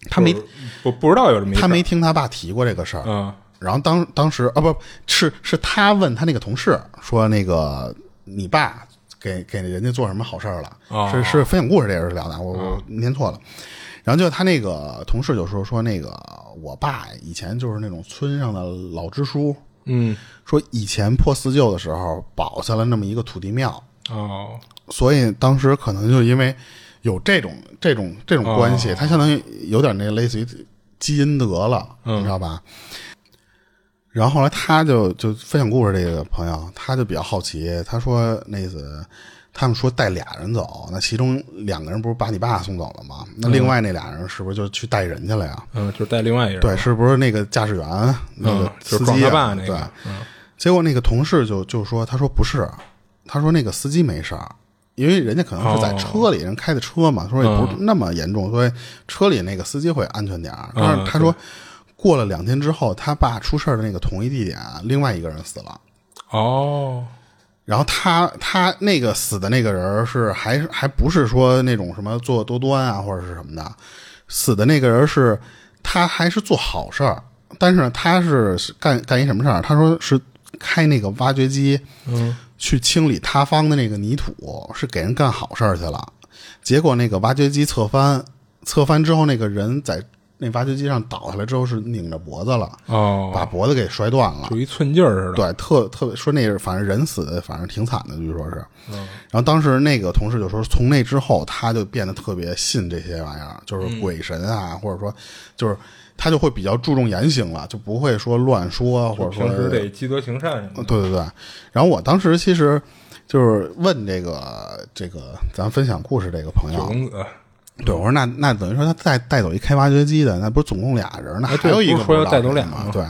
Speaker 2: 他没
Speaker 3: 就是不不知道有这么一事儿
Speaker 2: 他没听他爸提过这个事儿。
Speaker 3: 啊，
Speaker 2: 然后当当时啊不是是他问他那个同事说那个你爸给给人家做什么好事儿了？
Speaker 3: 哦
Speaker 2: 是是分享故事这也是聊的，我我念错了。然后就他那个同事就说说那个我爸以前就是那种村上的老支书，
Speaker 3: 嗯，
Speaker 2: 说以前破四旧的时候保下了那么一个土地庙，
Speaker 3: 哦，
Speaker 2: 所以当时可能就因为有这种这种这种关系，他相当于有点那类似于基因德了，你知道吧？然后后来他就就分享故事这个朋友，他就比较好奇，他说那次他们说带俩人走，那其中两个人不是把你爸送走了吗？那另外那俩人是不是就去带人去了呀？
Speaker 3: 嗯，就是带另外一人，
Speaker 2: 对，是不是那个驾驶员、那
Speaker 3: 嗯
Speaker 2: 个，司
Speaker 3: 就是
Speaker 2: 机、啊
Speaker 3: 撞他爸那
Speaker 2: 对
Speaker 3: 个，，嗯，
Speaker 2: 结果那个同事就就说，他说不是，他说那个司机没事儿，因为人家可能是在车里，人开的车
Speaker 3: 嗯
Speaker 2: 嘛，说也不是那么严重，所以车里那个司机会安全点儿。但
Speaker 3: 嗯
Speaker 2: 是他说，过了两天之后，他爸出事儿的那个同一地点，另外一个人死了。
Speaker 3: 哦，
Speaker 2: 然后他他那个死的那个人儿是还还不是说那种什么做多端啊或者是什么的，死的那个人是他还是做好事儿，但是呢他是是干干一什么事儿？他说是开那个挖掘机，嗯，去清理塌方的那个泥土，是给人干好事儿去了。结果那个挖掘机侧翻，侧翻之后那个人在那挖掘机上倒下来之后是拧着脖子了，把
Speaker 3: 哦，
Speaker 2: 脖子给摔断了。
Speaker 3: 就一寸劲儿似的，，
Speaker 2: 对，特特别说那是反正人死的，反正挺惨的，据说是。
Speaker 3: 嗯
Speaker 2: 然后当时那个同事就说，从那之后他就变得特别信这些玩意儿，
Speaker 3: 嗯
Speaker 2: 就是鬼神啊，或者说就是他就会比较注重言行了，就不会说乱说或者说嗯
Speaker 3: 平时得积德行善什么的，
Speaker 2: 对对对。然后我当时其实就是问这个这个咱分享故事这个朋
Speaker 3: 九
Speaker 2: 友，啊
Speaker 3: 公子，
Speaker 2: 对我说那那等于说他带带走一开挖掘机的，那不是总共俩人呢？
Speaker 3: 哎
Speaker 2: 那还
Speaker 3: 对
Speaker 2: 有一
Speaker 3: 不
Speaker 2: 个
Speaker 3: 是说要
Speaker 2: 不知道
Speaker 3: 带走
Speaker 2: 是
Speaker 3: 俩
Speaker 2: 谁
Speaker 3: 吗嗯
Speaker 2: 嘛对。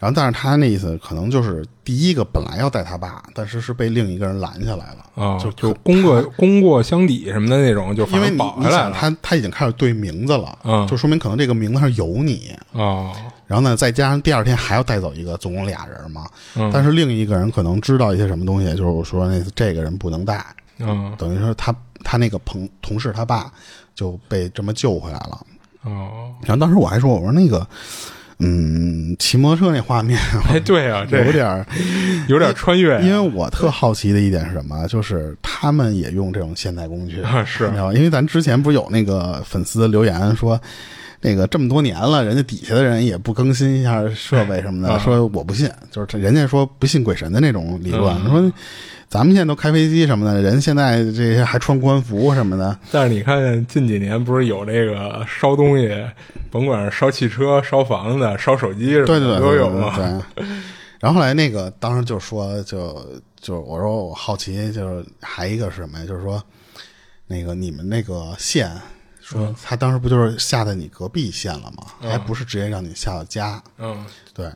Speaker 2: 然后，但是他那意思可能就是第一个本来要带他爸，但是是被另一个人拦下来了。
Speaker 3: 啊，
Speaker 2: 就
Speaker 3: 就功过功过相抵什么的那种，就
Speaker 2: 因
Speaker 3: 反
Speaker 2: 为
Speaker 3: 正
Speaker 2: 你
Speaker 3: 保
Speaker 2: 你
Speaker 3: 下来
Speaker 2: 想
Speaker 3: 了，
Speaker 2: 他他已经开始对名字了，
Speaker 3: 嗯
Speaker 2: 就说明可能这个名字上有你。
Speaker 3: 哦，
Speaker 2: 然后呢，再加上第二天还要带走一个，总共俩人嘛。
Speaker 3: 嗯
Speaker 2: 但是另一个人可能知道一些什么东西，就是我说那这个人不能带，
Speaker 3: 嗯，
Speaker 2: 等于说他他那个朋同事他爸就被这么救回来了。
Speaker 3: 哦，
Speaker 2: 然后当时我还说，我说那个，嗯，骑摩托车那画面
Speaker 3: 哎，对啊，这
Speaker 2: 有点 儿，
Speaker 3: 有点穿越啊，
Speaker 2: 因为我特好奇的一点是什么？就是他们也用这种现代工具
Speaker 3: 啊是
Speaker 2: 你知道吗因为咱之前不是有那个粉丝留言说。那个这么多年了，人家底下的人也不更新一下设备什么
Speaker 3: 啊
Speaker 2: 的，说我不信，就是这人家说不信鬼神的那种理论，
Speaker 3: 嗯
Speaker 2: 说咱们现在都开飞机什么的，人现在这些还穿官服什么的，
Speaker 3: 但是你看近几年不是有这个烧东西，甭管是烧汽车、烧房子、烧手机什么
Speaker 2: 对对
Speaker 3: 的
Speaker 2: 对，
Speaker 3: 都有
Speaker 2: 对
Speaker 3: 嘛？
Speaker 2: 对对然后后来那个当时就说，就就我说我好奇，就是还一个是什么呀？就是说那个你们那个县，说他当时不就是下在你隔壁县了吗？还不是直接让你下到家？
Speaker 3: 嗯，
Speaker 2: 对。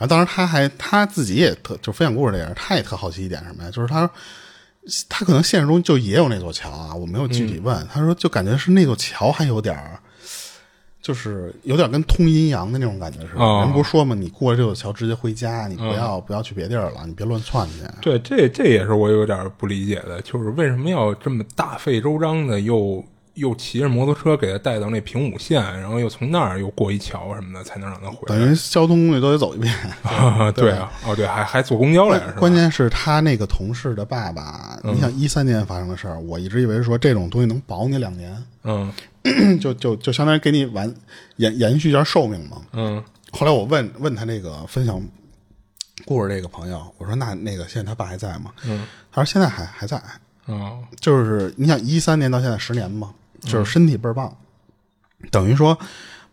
Speaker 2: 然后当时他还他自己也特就分享故事这人，他也特好奇一点什么呀？就是他说他可能现实中就也有那座桥啊，我没有具
Speaker 3: 嗯
Speaker 2: 体问。他说就感觉是那座桥还有点儿，就是有点跟通阴阳的那种感觉似的。
Speaker 3: 哦嗯
Speaker 2: 人不是说嘛，你过了这座桥直接回家，你不要、不要去别地儿了，你别乱窜去。
Speaker 3: 对，这这也是我有点不理解的，就是为什么要这么大费周章的又又骑着摩托车给他带到那平武县，然后又从那儿又过一桥什么的，才能让他回
Speaker 2: 等
Speaker 3: 来。
Speaker 2: 于交通工具都得走一 遍。
Speaker 3: 啊 对啊，哦对，还还坐公交来着，是吧嗯
Speaker 2: 关键是他那个同事的爸爸，你想一三年发生的事儿，我一直以为说这种东西能保你两年，
Speaker 3: 嗯
Speaker 2: 就就就相当于给你完延延续一下寿命嘛。
Speaker 3: 嗯
Speaker 2: 后来我问问他那个分享故事这个朋友，我说那那个现在他爸还在吗？嗯，他说现在还还在，
Speaker 3: 嗯
Speaker 2: 就是你想一三年到现在十年嘛，就是身体倍儿棒，等于说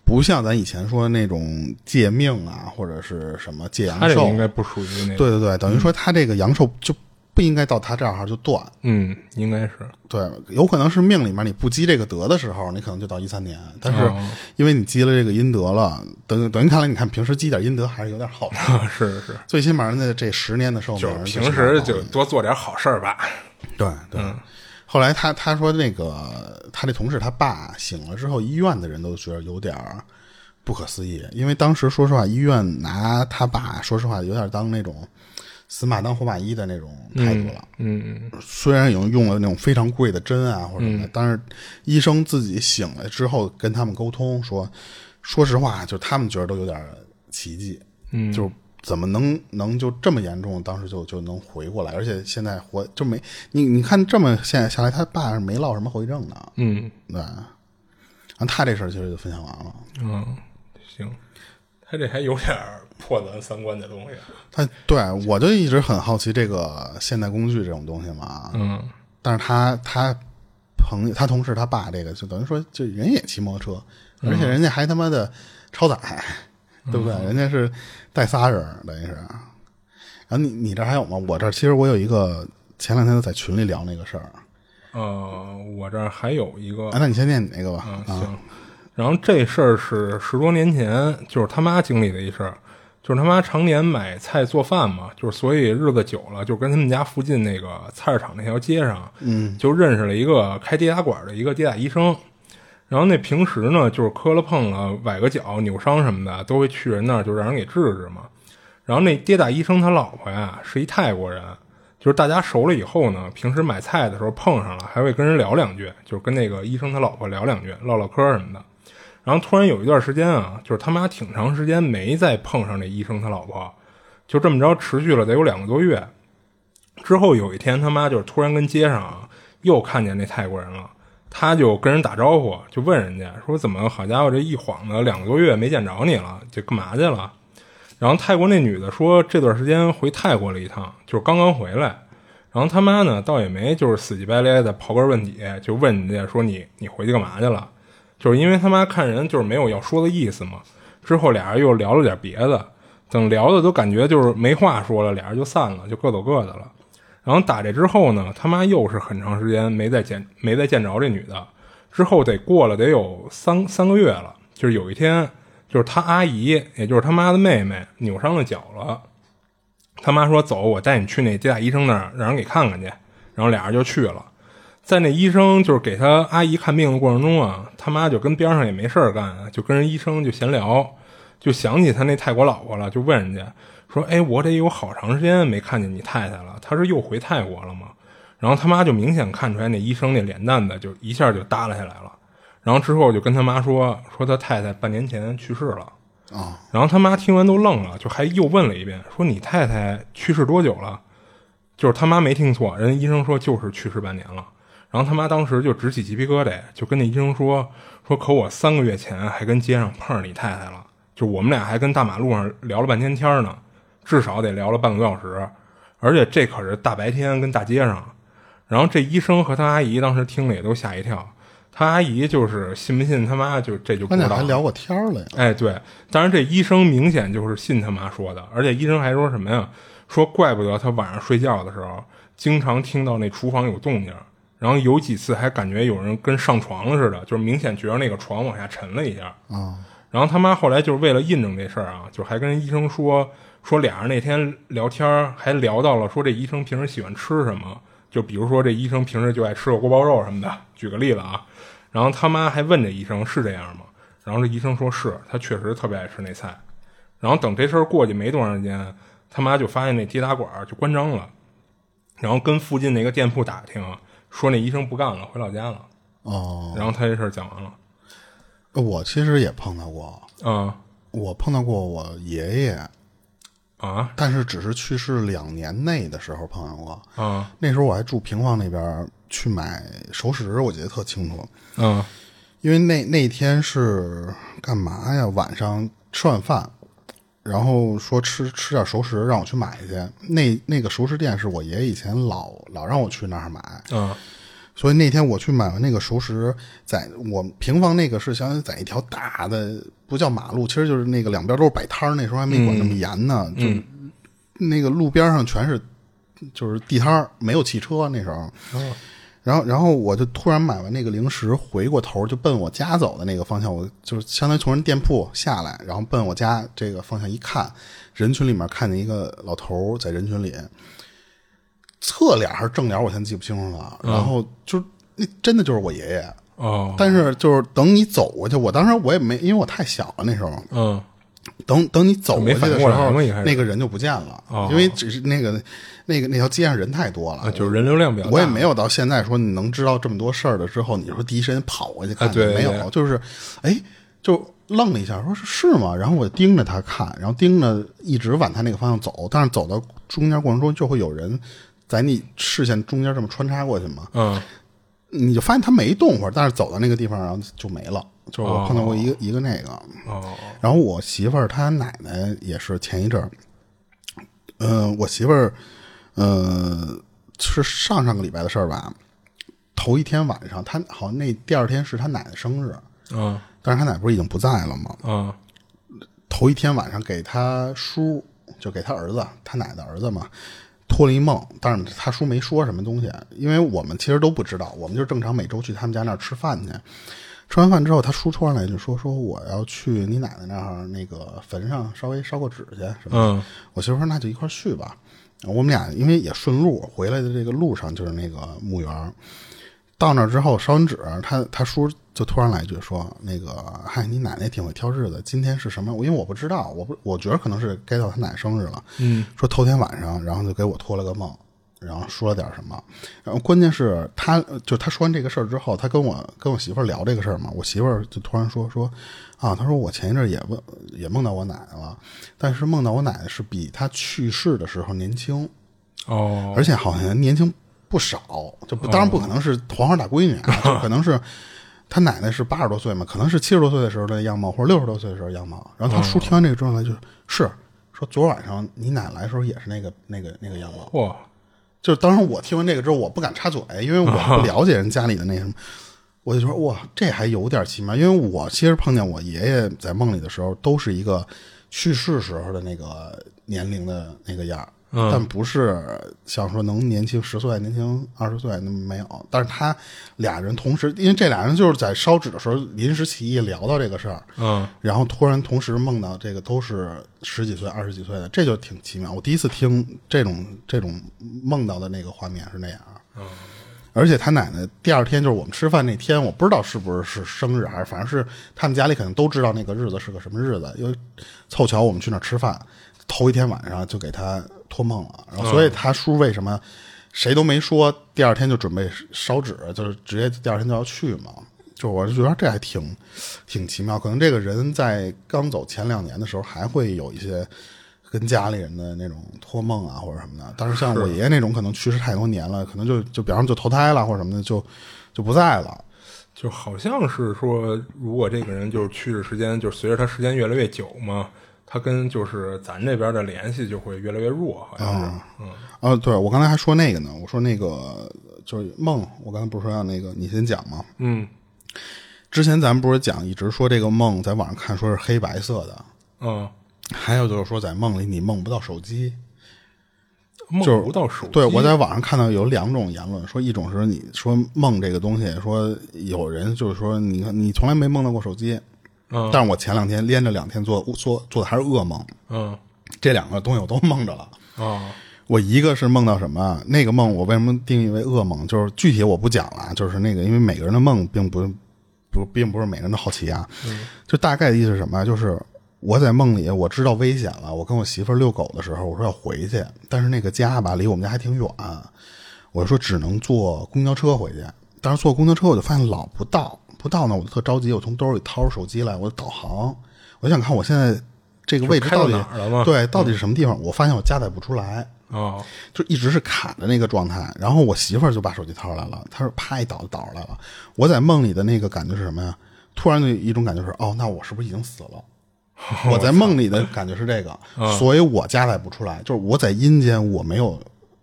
Speaker 2: 不像咱以前说那种借命啊或者是什么借阳
Speaker 3: 他这个
Speaker 2: 寿
Speaker 3: 应，该不嗯属于那
Speaker 2: 对对对，等于说他这个阳寿就不应该到他这儿就断，
Speaker 3: 嗯，应该是
Speaker 2: 对，有可能是命里面你不积这个德的时候，你可能就到一三年。但是
Speaker 3: 哦
Speaker 2: 因为你积了这个阴德了，等等于看来，你看平时积点阴德还是有点好处。
Speaker 3: 啊，是是，
Speaker 2: 最起码那这十年的寿命
Speaker 3: 就是
Speaker 2: 是挺
Speaker 3: 平
Speaker 2: 好的
Speaker 3: 时就嗯多做点好事儿吧。
Speaker 2: 对对。后来他他说那个他这同事他爸醒了之后，医院的人都觉得有点儿不可思议，因为当时说实话，医院拿他爸说实话有点当那种死马当活马医的那种态度了。
Speaker 3: 嗯
Speaker 2: 虽然有用了那种非常贵的针啊或者什么的，但是医生自己醒来之后跟他们沟通说，说实话，就他们觉得都有点奇迹，
Speaker 3: 嗯，
Speaker 2: 就是怎么能能就这么严重，当时就就能回过来，而且现在活就没你你看这么现在下来，他爸是没落什么后遗症的，
Speaker 3: 嗯
Speaker 2: 对。然后他这事儿其实就分享完了，
Speaker 3: 嗯，行，他这还有点儿破咱三观的东西。啊
Speaker 2: 他对我就一直很好奇这个现代工具这种东西嘛，
Speaker 3: 嗯
Speaker 2: 但是他他朋友他同事他爸这个就等于说就人也骑摩托车，而且人家还他妈的超载，对不对？人家是带仨人儿等于是。然后你你这还有吗？我这儿其实我有一个前两天在群里聊那个事儿，
Speaker 3: 呃，我这儿还有一个
Speaker 2: 啊，那你先念你那个吧。啊，
Speaker 3: 行。然后这事儿是十多年前，就是他妈经历的一事儿，就是他妈常年买菜做饭嘛，就是所以日子久了，就跟他们家附近那个菜市场那条街上，嗯，就认识了一个开跌打馆的一个跌打医生。然后那平时呢，就是磕了碰了、崴个脚、扭伤什么的，都会去人那儿就让人给治治嘛。然后那跌打医生他老婆呀是一泰国人，就是大家熟了以后呢，平时买菜的时候碰上了，还会跟人聊两句，就是跟那个医生他老婆聊两句，唠唠嗑什么的。然后突然有一段时间啊，就是他妈挺长时间没再碰上那医生他老婆，就这么着持续了得有两个多月。之后有一天，他妈就是突然跟街上啊又看见那泰国人了，他就跟人打招呼，就问人家说怎么好家伙这一晃子两个多月没见着你了，这干嘛去了？然后泰国那女的说这段时间回泰国了一趟，就是刚刚回来。然后他妈呢倒也没就是死乞白赖的刨根问底，就问人家说你你回去干嘛去了？就是因为他妈看人就是没有要说的意思嘛。之后俩人又聊了点别的，等聊的都感觉就是没话说了，俩人就散了，就各走各的了。然后打这之后呢，他妈又是很长时间没再见没再见着这女的，之后得过了得有三三个月了，就是有一天，就是他阿姨，也就是他妈的妹妹扭伤了脚了，他妈说走，我带你去那接待医生那儿，让人给看看去，然后俩人就去了。在那医生就是给他阿姨看病的过程中啊，他妈就跟边上也没事儿干啊，就跟人医生就闲聊，就想起他那泰国老婆了，就问人家说：“哎，我得有好长时间没看见你太太了，她是又回泰国了吗？”然后他妈就明显看出来那医生那脸蛋子就一下就耷拉下来了，然后之后就跟他妈说说他太太半年前去世了。然后他妈听完都愣了，就还又问了一遍，说你太太去世多久了？就是他妈没听错，人家医生说就是去世半年了。然后他妈当时就直起鸡皮疙瘩，就跟那医生说说，可我三个月前还跟街上碰上你太太了，就我们俩还跟大马路上聊了半天天呢，至少得聊了半个多小时，而且这可是大白天跟大街上。然后这医生和他阿姨当时听了也都吓一跳，他阿姨就是信不信他妈就这就不
Speaker 2: 他
Speaker 3: 知
Speaker 2: 俩
Speaker 3: 道
Speaker 2: 还
Speaker 3: 了
Speaker 2: 聊过天儿了呀。
Speaker 3: 哎，对，当然这医生明显就是信他妈说的，而且医生还说什么呀？说怪不得他晚上睡觉的时候经常听到那厨房有动静，然后有几次还感觉有人跟上床了似的，就是明显觉得那个床往下沉了一下。
Speaker 2: 啊，
Speaker 3: 然后他妈后来就是为了印证这事儿啊，就还跟医生说说俩人那天聊天儿还聊到了说这医生平时喜欢吃什么，就比如说这医生平时就爱吃个锅包肉什么的，举个例子啊。然后他妈还问这医生是这样吗？然后这医生说是，他确实特别爱吃那菜。然后等这事儿过去没多长时间，他妈就发现那跌打馆儿就关张了，然后跟附近那个店铺打听，说那医生不干了，回老家了。
Speaker 2: 哦，
Speaker 3: 然后他这事儿讲完了，
Speaker 2: 我其实也碰到过，
Speaker 3: 啊、
Speaker 2: 我碰到过我爷爷，
Speaker 3: 啊
Speaker 2: 但是只是去世两年内的时候碰到过。
Speaker 3: 啊
Speaker 2: 那时候我还住平房那边儿去买熟食，我记得特清楚，
Speaker 3: 啊
Speaker 2: 因为那那天是干嘛呀？晚上吃晚饭，然后说吃吃点熟食，让我去买去。那那个熟食店是我爷爷以前老老让我去那儿买，
Speaker 3: 啊！
Speaker 2: 所以那天我去买完那个熟食，在我们平房那个是相当于在一条大的不叫马路，其实就是那个两边都是摆摊儿，那时候还没管那么严呢，就那个路边上全是就是地摊儿，没有汽车那时候。然后，然后我就突然买完那个零食，回过头就奔我家走的那个方向，我就是相当于从人店铺下来，然后奔我家这个方向一看，人群里面看见一个老头儿在人群里，侧脸还是正脸，我现在记不清楚了。然后就是那真的就是我爷爷，
Speaker 3: 嗯哦，
Speaker 2: 但是就是等你走过去，我当时我也没，因为我太小了那时候，
Speaker 3: 嗯
Speaker 2: 等等你走过去
Speaker 3: 没
Speaker 2: 的
Speaker 3: 反
Speaker 2: 时
Speaker 3: 过来
Speaker 2: 候
Speaker 3: 吗一开始，
Speaker 2: 那个人就不见了，
Speaker 3: 哦
Speaker 2: 因为只是那个那个那条街上人太多了，
Speaker 3: 啊，就是人流量比较大，
Speaker 2: 我也没有到现在说你能知道这么多事儿了之后，你说第一时间跑过去看，
Speaker 3: 啊对
Speaker 2: 没有，
Speaker 3: 对
Speaker 2: 就是，哎，就愣了一下，说是是吗？然后我盯着他看，然后盯着一直往他那个方向走，但是走到中间过程中就会有人在你视线中间这么穿插过去嘛，
Speaker 3: 嗯
Speaker 2: 你就发现他没动会儿，但是走到那个地方然后就没了，就是我碰到过一个、一个那个，
Speaker 3: 哦
Speaker 2: 然后我媳妇儿她奶奶也是前一阵儿，呃，我媳妇儿，呃，是上上个礼拜的事儿吧。头一天晚上，她好像那第二天是她奶奶生日，
Speaker 3: 嗯
Speaker 2: 但是她奶不是已经不在了吗？
Speaker 3: 嗯
Speaker 2: 头一天晚上给她叔，就给她儿子，她奶奶的儿子嘛，托了一梦。但是她叔没说什么东西，因为我们其实都不知道，我们就正常每周去他们家那儿吃饭去。吃完饭之后，他叔突然来一句说：“说我要去你奶奶那儿那个坟上稍微烧个纸去什么的。”
Speaker 3: 嗯
Speaker 2: 我媳妇说那就一块儿去吧。我们俩因为也顺路回来的这个路上就是那个墓园儿，到那儿之后烧完纸，他他叔就突然来一句说：“那个，嗨，你奶奶挺会挑日子，今天是什么？我因为我不知道，我不我觉得可能是该到他奶奶生日了。
Speaker 3: 嗯，
Speaker 2: 说头天晚上，然后就给我托了个梦，然后说了点什么，然后关键是他就他说完这个事儿之后，他跟我跟我媳妇儿聊这个事儿嘛，我媳妇儿就突然说说啊，她说我前一阵儿也问也梦到我奶奶了，但是梦到我奶奶是比她去世的时候年轻，
Speaker 3: 哦
Speaker 2: 而且好像年轻不少，就不当然不可能是黄花大闺女啊，就可能是她奶奶是八十多岁嘛，可能是七十多岁的时候的样貌，或者六十多岁的时候的样貌。然后他叔听完这个之后呢，就是是说昨晚上你奶奶来的时候也是那个那个那个样貌。
Speaker 3: 嚯
Speaker 2: 就是当时我听完这个之后，我不敢插嘴，因为我不了解人家里的那什么。我就说哇，这还有点奇妙，因为我其实碰见我爷爷在梦里的时候，都是一个去世时候的那个年龄的那个样儿，但不是像说能年轻十岁、年轻二十岁那么没有。但是他俩人同时，因为这俩人就是在烧纸的时候临时起意聊到这个事儿，
Speaker 3: 嗯
Speaker 2: 然后突然同时梦到这个都是十几岁、二十几岁的，这就挺奇妙。我第一次听这种这种梦到的那个画面是那样。嗯，而且他奶奶第二天就是我们吃饭那天，我不知道是不是是生日还啊是反正是他们家里肯定都知道那个日子是个什么日子，因为凑巧我们去那儿吃饭，头一天晚上就给他托梦了，然后所以他叔为什么谁都没说，第二天就准备烧纸，就是直接第二天就要去嘛。就我就觉得这还挺挺奇妙，可能这个人在刚走前两年的时候还会有一些跟家里人的那种托梦啊或者什么的。但是像我爷爷那种，可能去世太多年了，可能就就比方说就投胎了或者什么的，就就不在了。
Speaker 3: 就好像是说，如果这个人就是去世时间，就是随着他时间越来越久嘛，他跟就是咱这边的联系就会越来越弱，好像是。嗯，
Speaker 2: 啊，对我刚才还说那个呢，我说那个就是梦，我刚才不是说要那个你先讲吗？
Speaker 3: 嗯
Speaker 2: 之前咱们不是讲一直说这个梦在网上看说是黑白色的，
Speaker 3: 嗯，
Speaker 2: 还有就是说在梦里你梦不到手机。
Speaker 3: 梦不到手机，
Speaker 2: 对，我在网上看到有两种言论，说一种是你说梦这个东西，说有人就是说你看你从来没梦到过手机，
Speaker 3: 嗯
Speaker 2: 但是我前两天连着两天做做做的还是噩梦，
Speaker 3: 嗯
Speaker 2: 这两个东西我都梦着了。
Speaker 3: 啊
Speaker 2: 我一个是梦到什么啊？那个梦我为什么定义为噩梦？就是具体我不讲了啊，就是那个，因为每个人的梦并不不并不是每个人都好奇啊。
Speaker 3: 嗯
Speaker 2: 就大概的意思是什么啊？就是我在梦里我知道危险了，我跟我媳妇儿遛狗的时候，我说要回去，但是那个家吧离我们家还挺远，啊我说只能坐公交车回去。但是坐公交车我就发现老不到，不到呢我就特着急，我从兜里掏出手机来，我导航，我想看我现在这个位置
Speaker 3: 开到
Speaker 2: 到底
Speaker 3: 哪儿了吗嗯
Speaker 2: 对，到底是什么地方？我发现我加载不出来。
Speaker 3: 啊
Speaker 2: 就一直是卡的那个状态。然后我媳妇儿就把手机掏出来了，她说啪一倒就倒出来了。我在梦里的那个感觉是什么呀？突然的一种感觉是，哦，那我是不是已经死了？我在梦里的感觉是这个，所以我加载不出来，就是我在阴间我没有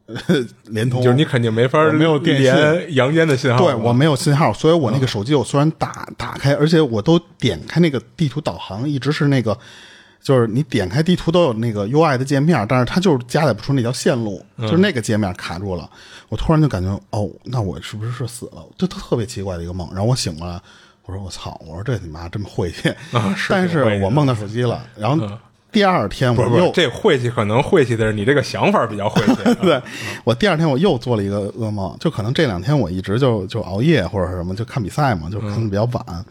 Speaker 2: 呃联通，
Speaker 3: 就是你肯定没法
Speaker 2: 我没有电信
Speaker 3: 连阳间的信号吧，
Speaker 2: 对我没有信号，所以我那个手机我虽然打打开，而且我都点开那个地图导航，一直是那个，就是你点开地图都有那个 UI 的界面，但是它就是加载不出那条线路，
Speaker 3: 嗯
Speaker 2: 就是那个界面卡住了。我突然就感觉哦，那我是不是是死了？这特别奇怪的一个梦。然后我醒过来，我说我操，我说这你妈这么晦气！
Speaker 3: 啊
Speaker 2: 但是我梦到手机了，然后第二天
Speaker 3: 不
Speaker 2: 我
Speaker 3: 嗯是不
Speaker 2: 又
Speaker 3: 是，这晦气可能晦气的是你这个想法比较晦 气啊
Speaker 2: 对我第二天我又做了一个噩梦，就可能这两天我一直就就熬夜或者是什么，就看比赛嘛，就可能比较晚。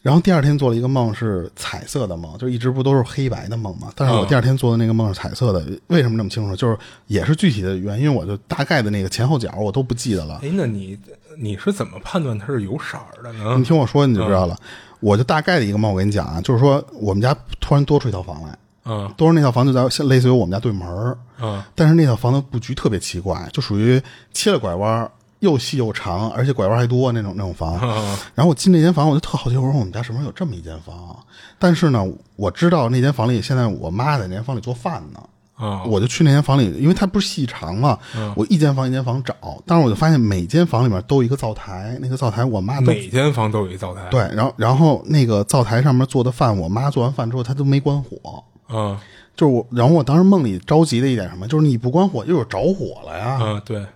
Speaker 2: 然后第二天做了一个梦是彩色的梦，就一直不都是黑白的梦嘛？但是我第二天做的那个梦是彩色的，为什么这么清楚？就是也是具体的原因，我就大概的那个前后脚我都不记得了。
Speaker 3: 哎，那你你是怎么判断它是有色儿的呢
Speaker 2: 你？听我说你就知道了。我就大概的一个梦，我跟你讲啊，就是说我们家突然多出一套房来，
Speaker 3: 啊
Speaker 2: 多出那套房就在像类似于我们家对门儿，
Speaker 3: 啊
Speaker 2: 但是那套房子布局特别奇怪，就属于切了拐弯儿，又细又长，而且拐弯还多那种那种房。
Speaker 3: 啊
Speaker 2: 然后我进那间房，我就特好奇，我说我们家什么时候有这么一间房啊？但是呢，我知道那间房里现在我妈在那间房里做饭呢。
Speaker 3: 啊！
Speaker 2: 我就去那间房里，因为它不是细长嘛，我一间房一间房找，但是我就发现每间房里面都有一个灶台，那个灶台我妈都
Speaker 3: 每间房都有一灶台，
Speaker 2: 对，然后然后那个灶台上面做的饭，我妈做完饭之后她都没关火，
Speaker 3: 啊
Speaker 2: 就是我，然后我当时梦里着急的一点什么，就是你不关火又有着火了呀，
Speaker 3: 啊对，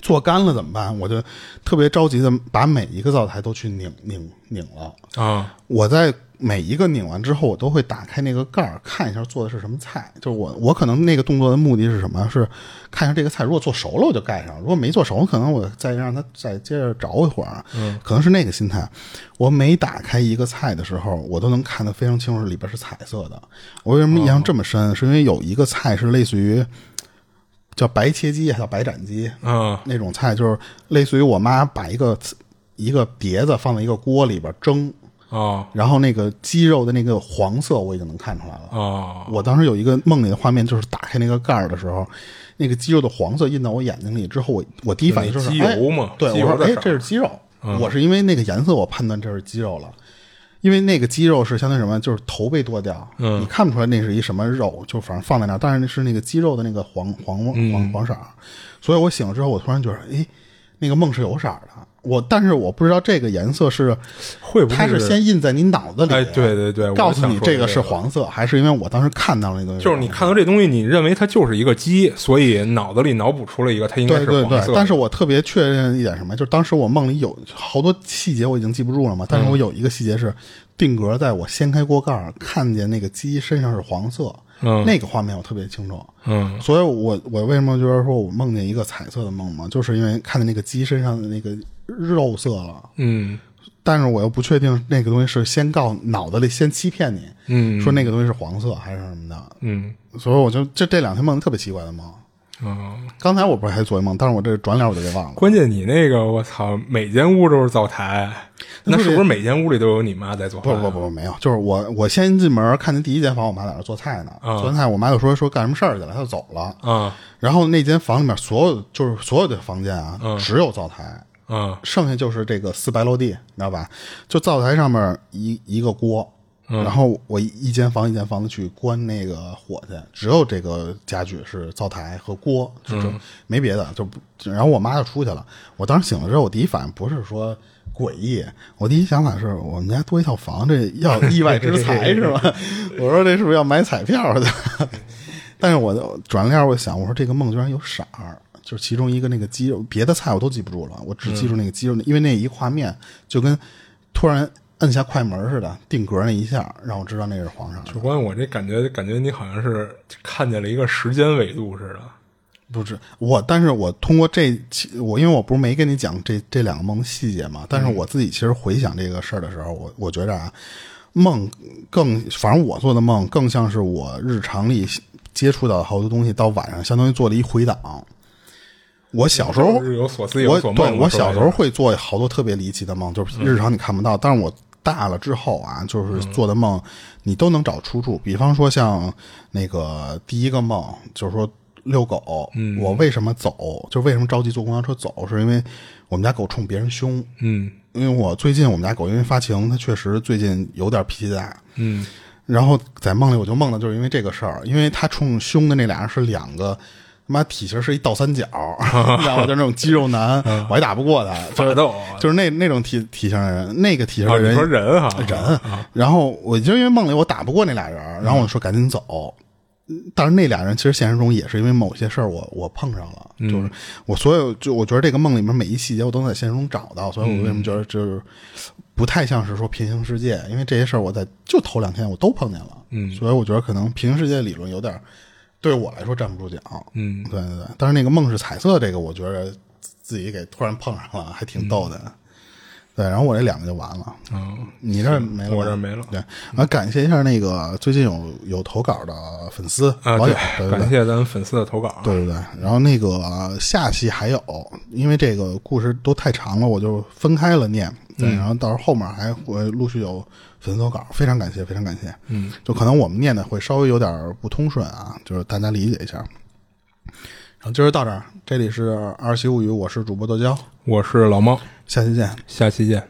Speaker 2: 做干了怎么办？我就特别着急的把每一个灶台都去拧拧拧了。
Speaker 3: 啊
Speaker 2: 我在每一个拧完之后，我都会打开那个盖儿看一下做的是什么菜。就是我我可能那个动作的目的是什么？是看一下这个菜，如果做熟了我就盖上，如果没做熟，可能我再让它再接着着一会儿。嗯，可能是那个心态。我每打开一个菜的时候，我都能看得非常清楚，里边是彩色的。我为什么印象这么深？是因为有一个菜是类似于叫白切鸡，还叫白斩鸡。
Speaker 3: 啊
Speaker 2: 那种菜，就是类似于我妈把一个一个碟子放在一个锅里边蒸，
Speaker 3: 啊
Speaker 2: 然后那个鸡肉的那个黄色我已经能看出来了。
Speaker 3: 啊
Speaker 2: 我当时有一个梦里的画面，就是打开那个盖儿的时候，那个鸡肉的黄色印到我眼睛里之后，我我第一反应就是
Speaker 3: 就是那鸡油嘛
Speaker 2: 哎对，
Speaker 3: 鸡油
Speaker 2: 我说
Speaker 3: 的
Speaker 2: 哎
Speaker 3: 色儿，嗯
Speaker 2: 这是鸡肉。我是因为那个颜色，我判断这是鸡肉了，因为那个鸡肉是相当于什么，就是头被剁掉，
Speaker 3: 嗯
Speaker 2: 你看不出来那是一什么肉，就反正放在那儿，但是那是那个鸡肉的那个黄黄
Speaker 3: 嗯
Speaker 2: 黄黄色儿。所以我醒了之后，我突然觉得，哎，那个梦是有色儿的。我但是我不知道这个颜色是
Speaker 3: 会不会
Speaker 2: 它是先印在你脑子里？啊
Speaker 3: 哎对对对我
Speaker 2: 告诉
Speaker 3: 想
Speaker 2: 你
Speaker 3: 说
Speaker 2: 这个
Speaker 3: 这
Speaker 2: 是
Speaker 3: 个
Speaker 2: 黄色，还是因为我当时看到了那个？
Speaker 3: 就是你看到这东西，你认为它就是一个鸡，所以脑子里脑补出了一个它应该
Speaker 2: 对
Speaker 3: 是
Speaker 2: 对
Speaker 3: 黄色
Speaker 2: 对
Speaker 3: 的。，
Speaker 2: 但是我特别确认一点什么，就是当时我梦里有好多细节我已经记不住了嘛，
Speaker 3: 嗯
Speaker 2: 但是我有一个细节是定格在我掀开锅盖儿看见那个鸡身上是黄色，
Speaker 3: 嗯
Speaker 2: 那个画面我特别清楚，
Speaker 3: 嗯
Speaker 2: 所以我我为什么就是说我梦见一个彩色的梦嘛，就是因为看见那个鸡身上的那个肉色了，
Speaker 3: 嗯
Speaker 2: 但是我又不确定那个东西是先告脑子里先欺骗你，
Speaker 3: 嗯
Speaker 2: 说那个东西是黄色还是什么的，
Speaker 3: 嗯，
Speaker 2: 所以我就这这两天梦特别奇怪的梦，
Speaker 3: 嗯，
Speaker 2: 刚才我不是还做一梦，但是我这转脸我就给忘了。
Speaker 3: 关键你那个，我操，每间屋都是灶台，那是不是每间屋里都有你妈在做
Speaker 2: 不
Speaker 3: 饭？
Speaker 2: 不不，不，没有，就是我我先进门看见第一间房，我妈在那儿做菜呢。做完菜，我妈就说说干什么事儿去了，她就走了。
Speaker 3: 啊
Speaker 2: 然后那间房里面所有就是所有的房间啊，
Speaker 3: 嗯
Speaker 2: 只有灶台，
Speaker 3: 啊
Speaker 2: 剩下就是这个四白落地，你知道吧？就灶台上面一一个锅，然后我一一间房一间房的去关那个火去，只有这个家具是灶台和锅，就就没别的。就不然后我妈就出去了。我当时醒了之后，我第一反应不是说。诡异！我第一想法是我们家多一套房，这要意外之财是吧？我说这是不是要买彩票去？ 但是我就转念我想，我说这个梦居然有色儿，就是其中一个那个鸡肉，别的菜我都记不住了，我只记住那个鸡肉，因为那一画面就跟突然摁下快门似的，定格那一下，让我知道那是皇上的。
Speaker 3: 主观，我这感觉感觉你好像是看见了一个时间维度似的。
Speaker 2: 不是我，但是我通过这期，我因为我不是没跟你讲这这两个梦的细节嘛，但是我自己其实回想这个事儿的时候，我我觉着啊，梦更，反正我做的梦更像是我日常里接触到的好多东西，到晚上相当于做了一回档。我小时候
Speaker 3: 日有所思，夜
Speaker 2: 我
Speaker 3: 有所嗯梦
Speaker 2: 对
Speaker 3: 嘛。
Speaker 2: 我
Speaker 3: 说白
Speaker 2: 小
Speaker 3: 了
Speaker 2: 时候会做好多特别离奇的梦，就是日常你看不到，但是我大了之后啊，就是
Speaker 3: 嗯
Speaker 2: 做的梦你都能找出处。比方说像那个第一个梦，就是说遛狗，
Speaker 3: 嗯
Speaker 2: 我为什么走，就为什么着急坐公交车走，是因为我们家狗冲别人凶。
Speaker 3: 嗯
Speaker 2: 因为我最近我们家狗因为发情，它确实最近有点脾气大，
Speaker 3: 嗯
Speaker 2: 然后在梦里我就梦到就是因为这个事儿，因为他冲凶的那俩人是两个。他妈体型是一倒三角， 你知道吗？就那种肌肉男，
Speaker 3: 嗯
Speaker 2: 我还打不过他，就是
Speaker 3: 法斗
Speaker 2: 就是那那种体体型的人，那个体型
Speaker 3: 啊，
Speaker 2: 的
Speaker 3: 你
Speaker 2: 人，哎
Speaker 3: 说人哈
Speaker 2: 人。然后我就因为梦里我打不过那俩人，然后我说赶紧走。嗯但是那俩人其实现实中也是因为某些事儿我我碰上了，就是我所有就我觉得这个梦里面每一细节我都能在现实中找到，所以我为什么觉得就是不太像是说平行世界，因为这些事儿我在就头两天我都碰见了，嗯，所以我觉得可能平行世界理论有点儿对我来说站不住脚，
Speaker 3: 嗯，
Speaker 2: 对对对。但是那个梦是彩色，这个我觉得自己给突然碰上了，还挺逗的。对，然后我这两个就完了。
Speaker 3: 嗯，
Speaker 2: 你这儿没了吧，
Speaker 3: 我这儿没了
Speaker 2: 对，啊，感谢一下那个最近有有投稿的粉丝
Speaker 3: 啊，
Speaker 2: 老
Speaker 3: 对
Speaker 2: 友，对，对
Speaker 3: 感
Speaker 2: 对
Speaker 3: 谢咱们粉丝的投稿啊。
Speaker 2: 对对对。然后那个呃下期还有，因为这个故事都太长了，我就分开了念。对，
Speaker 3: 嗯
Speaker 2: 然后到时候后面还会陆续有粉丝投稿，非常感谢，非常感谢。嗯，就可能我们念的会稍微有点不通顺啊，就是大家理解一下。然后今儿到这儿，这里是《二七物语》，我是主播豆椒，
Speaker 3: 我是老猫，
Speaker 2: 下期见。
Speaker 3: 下期见。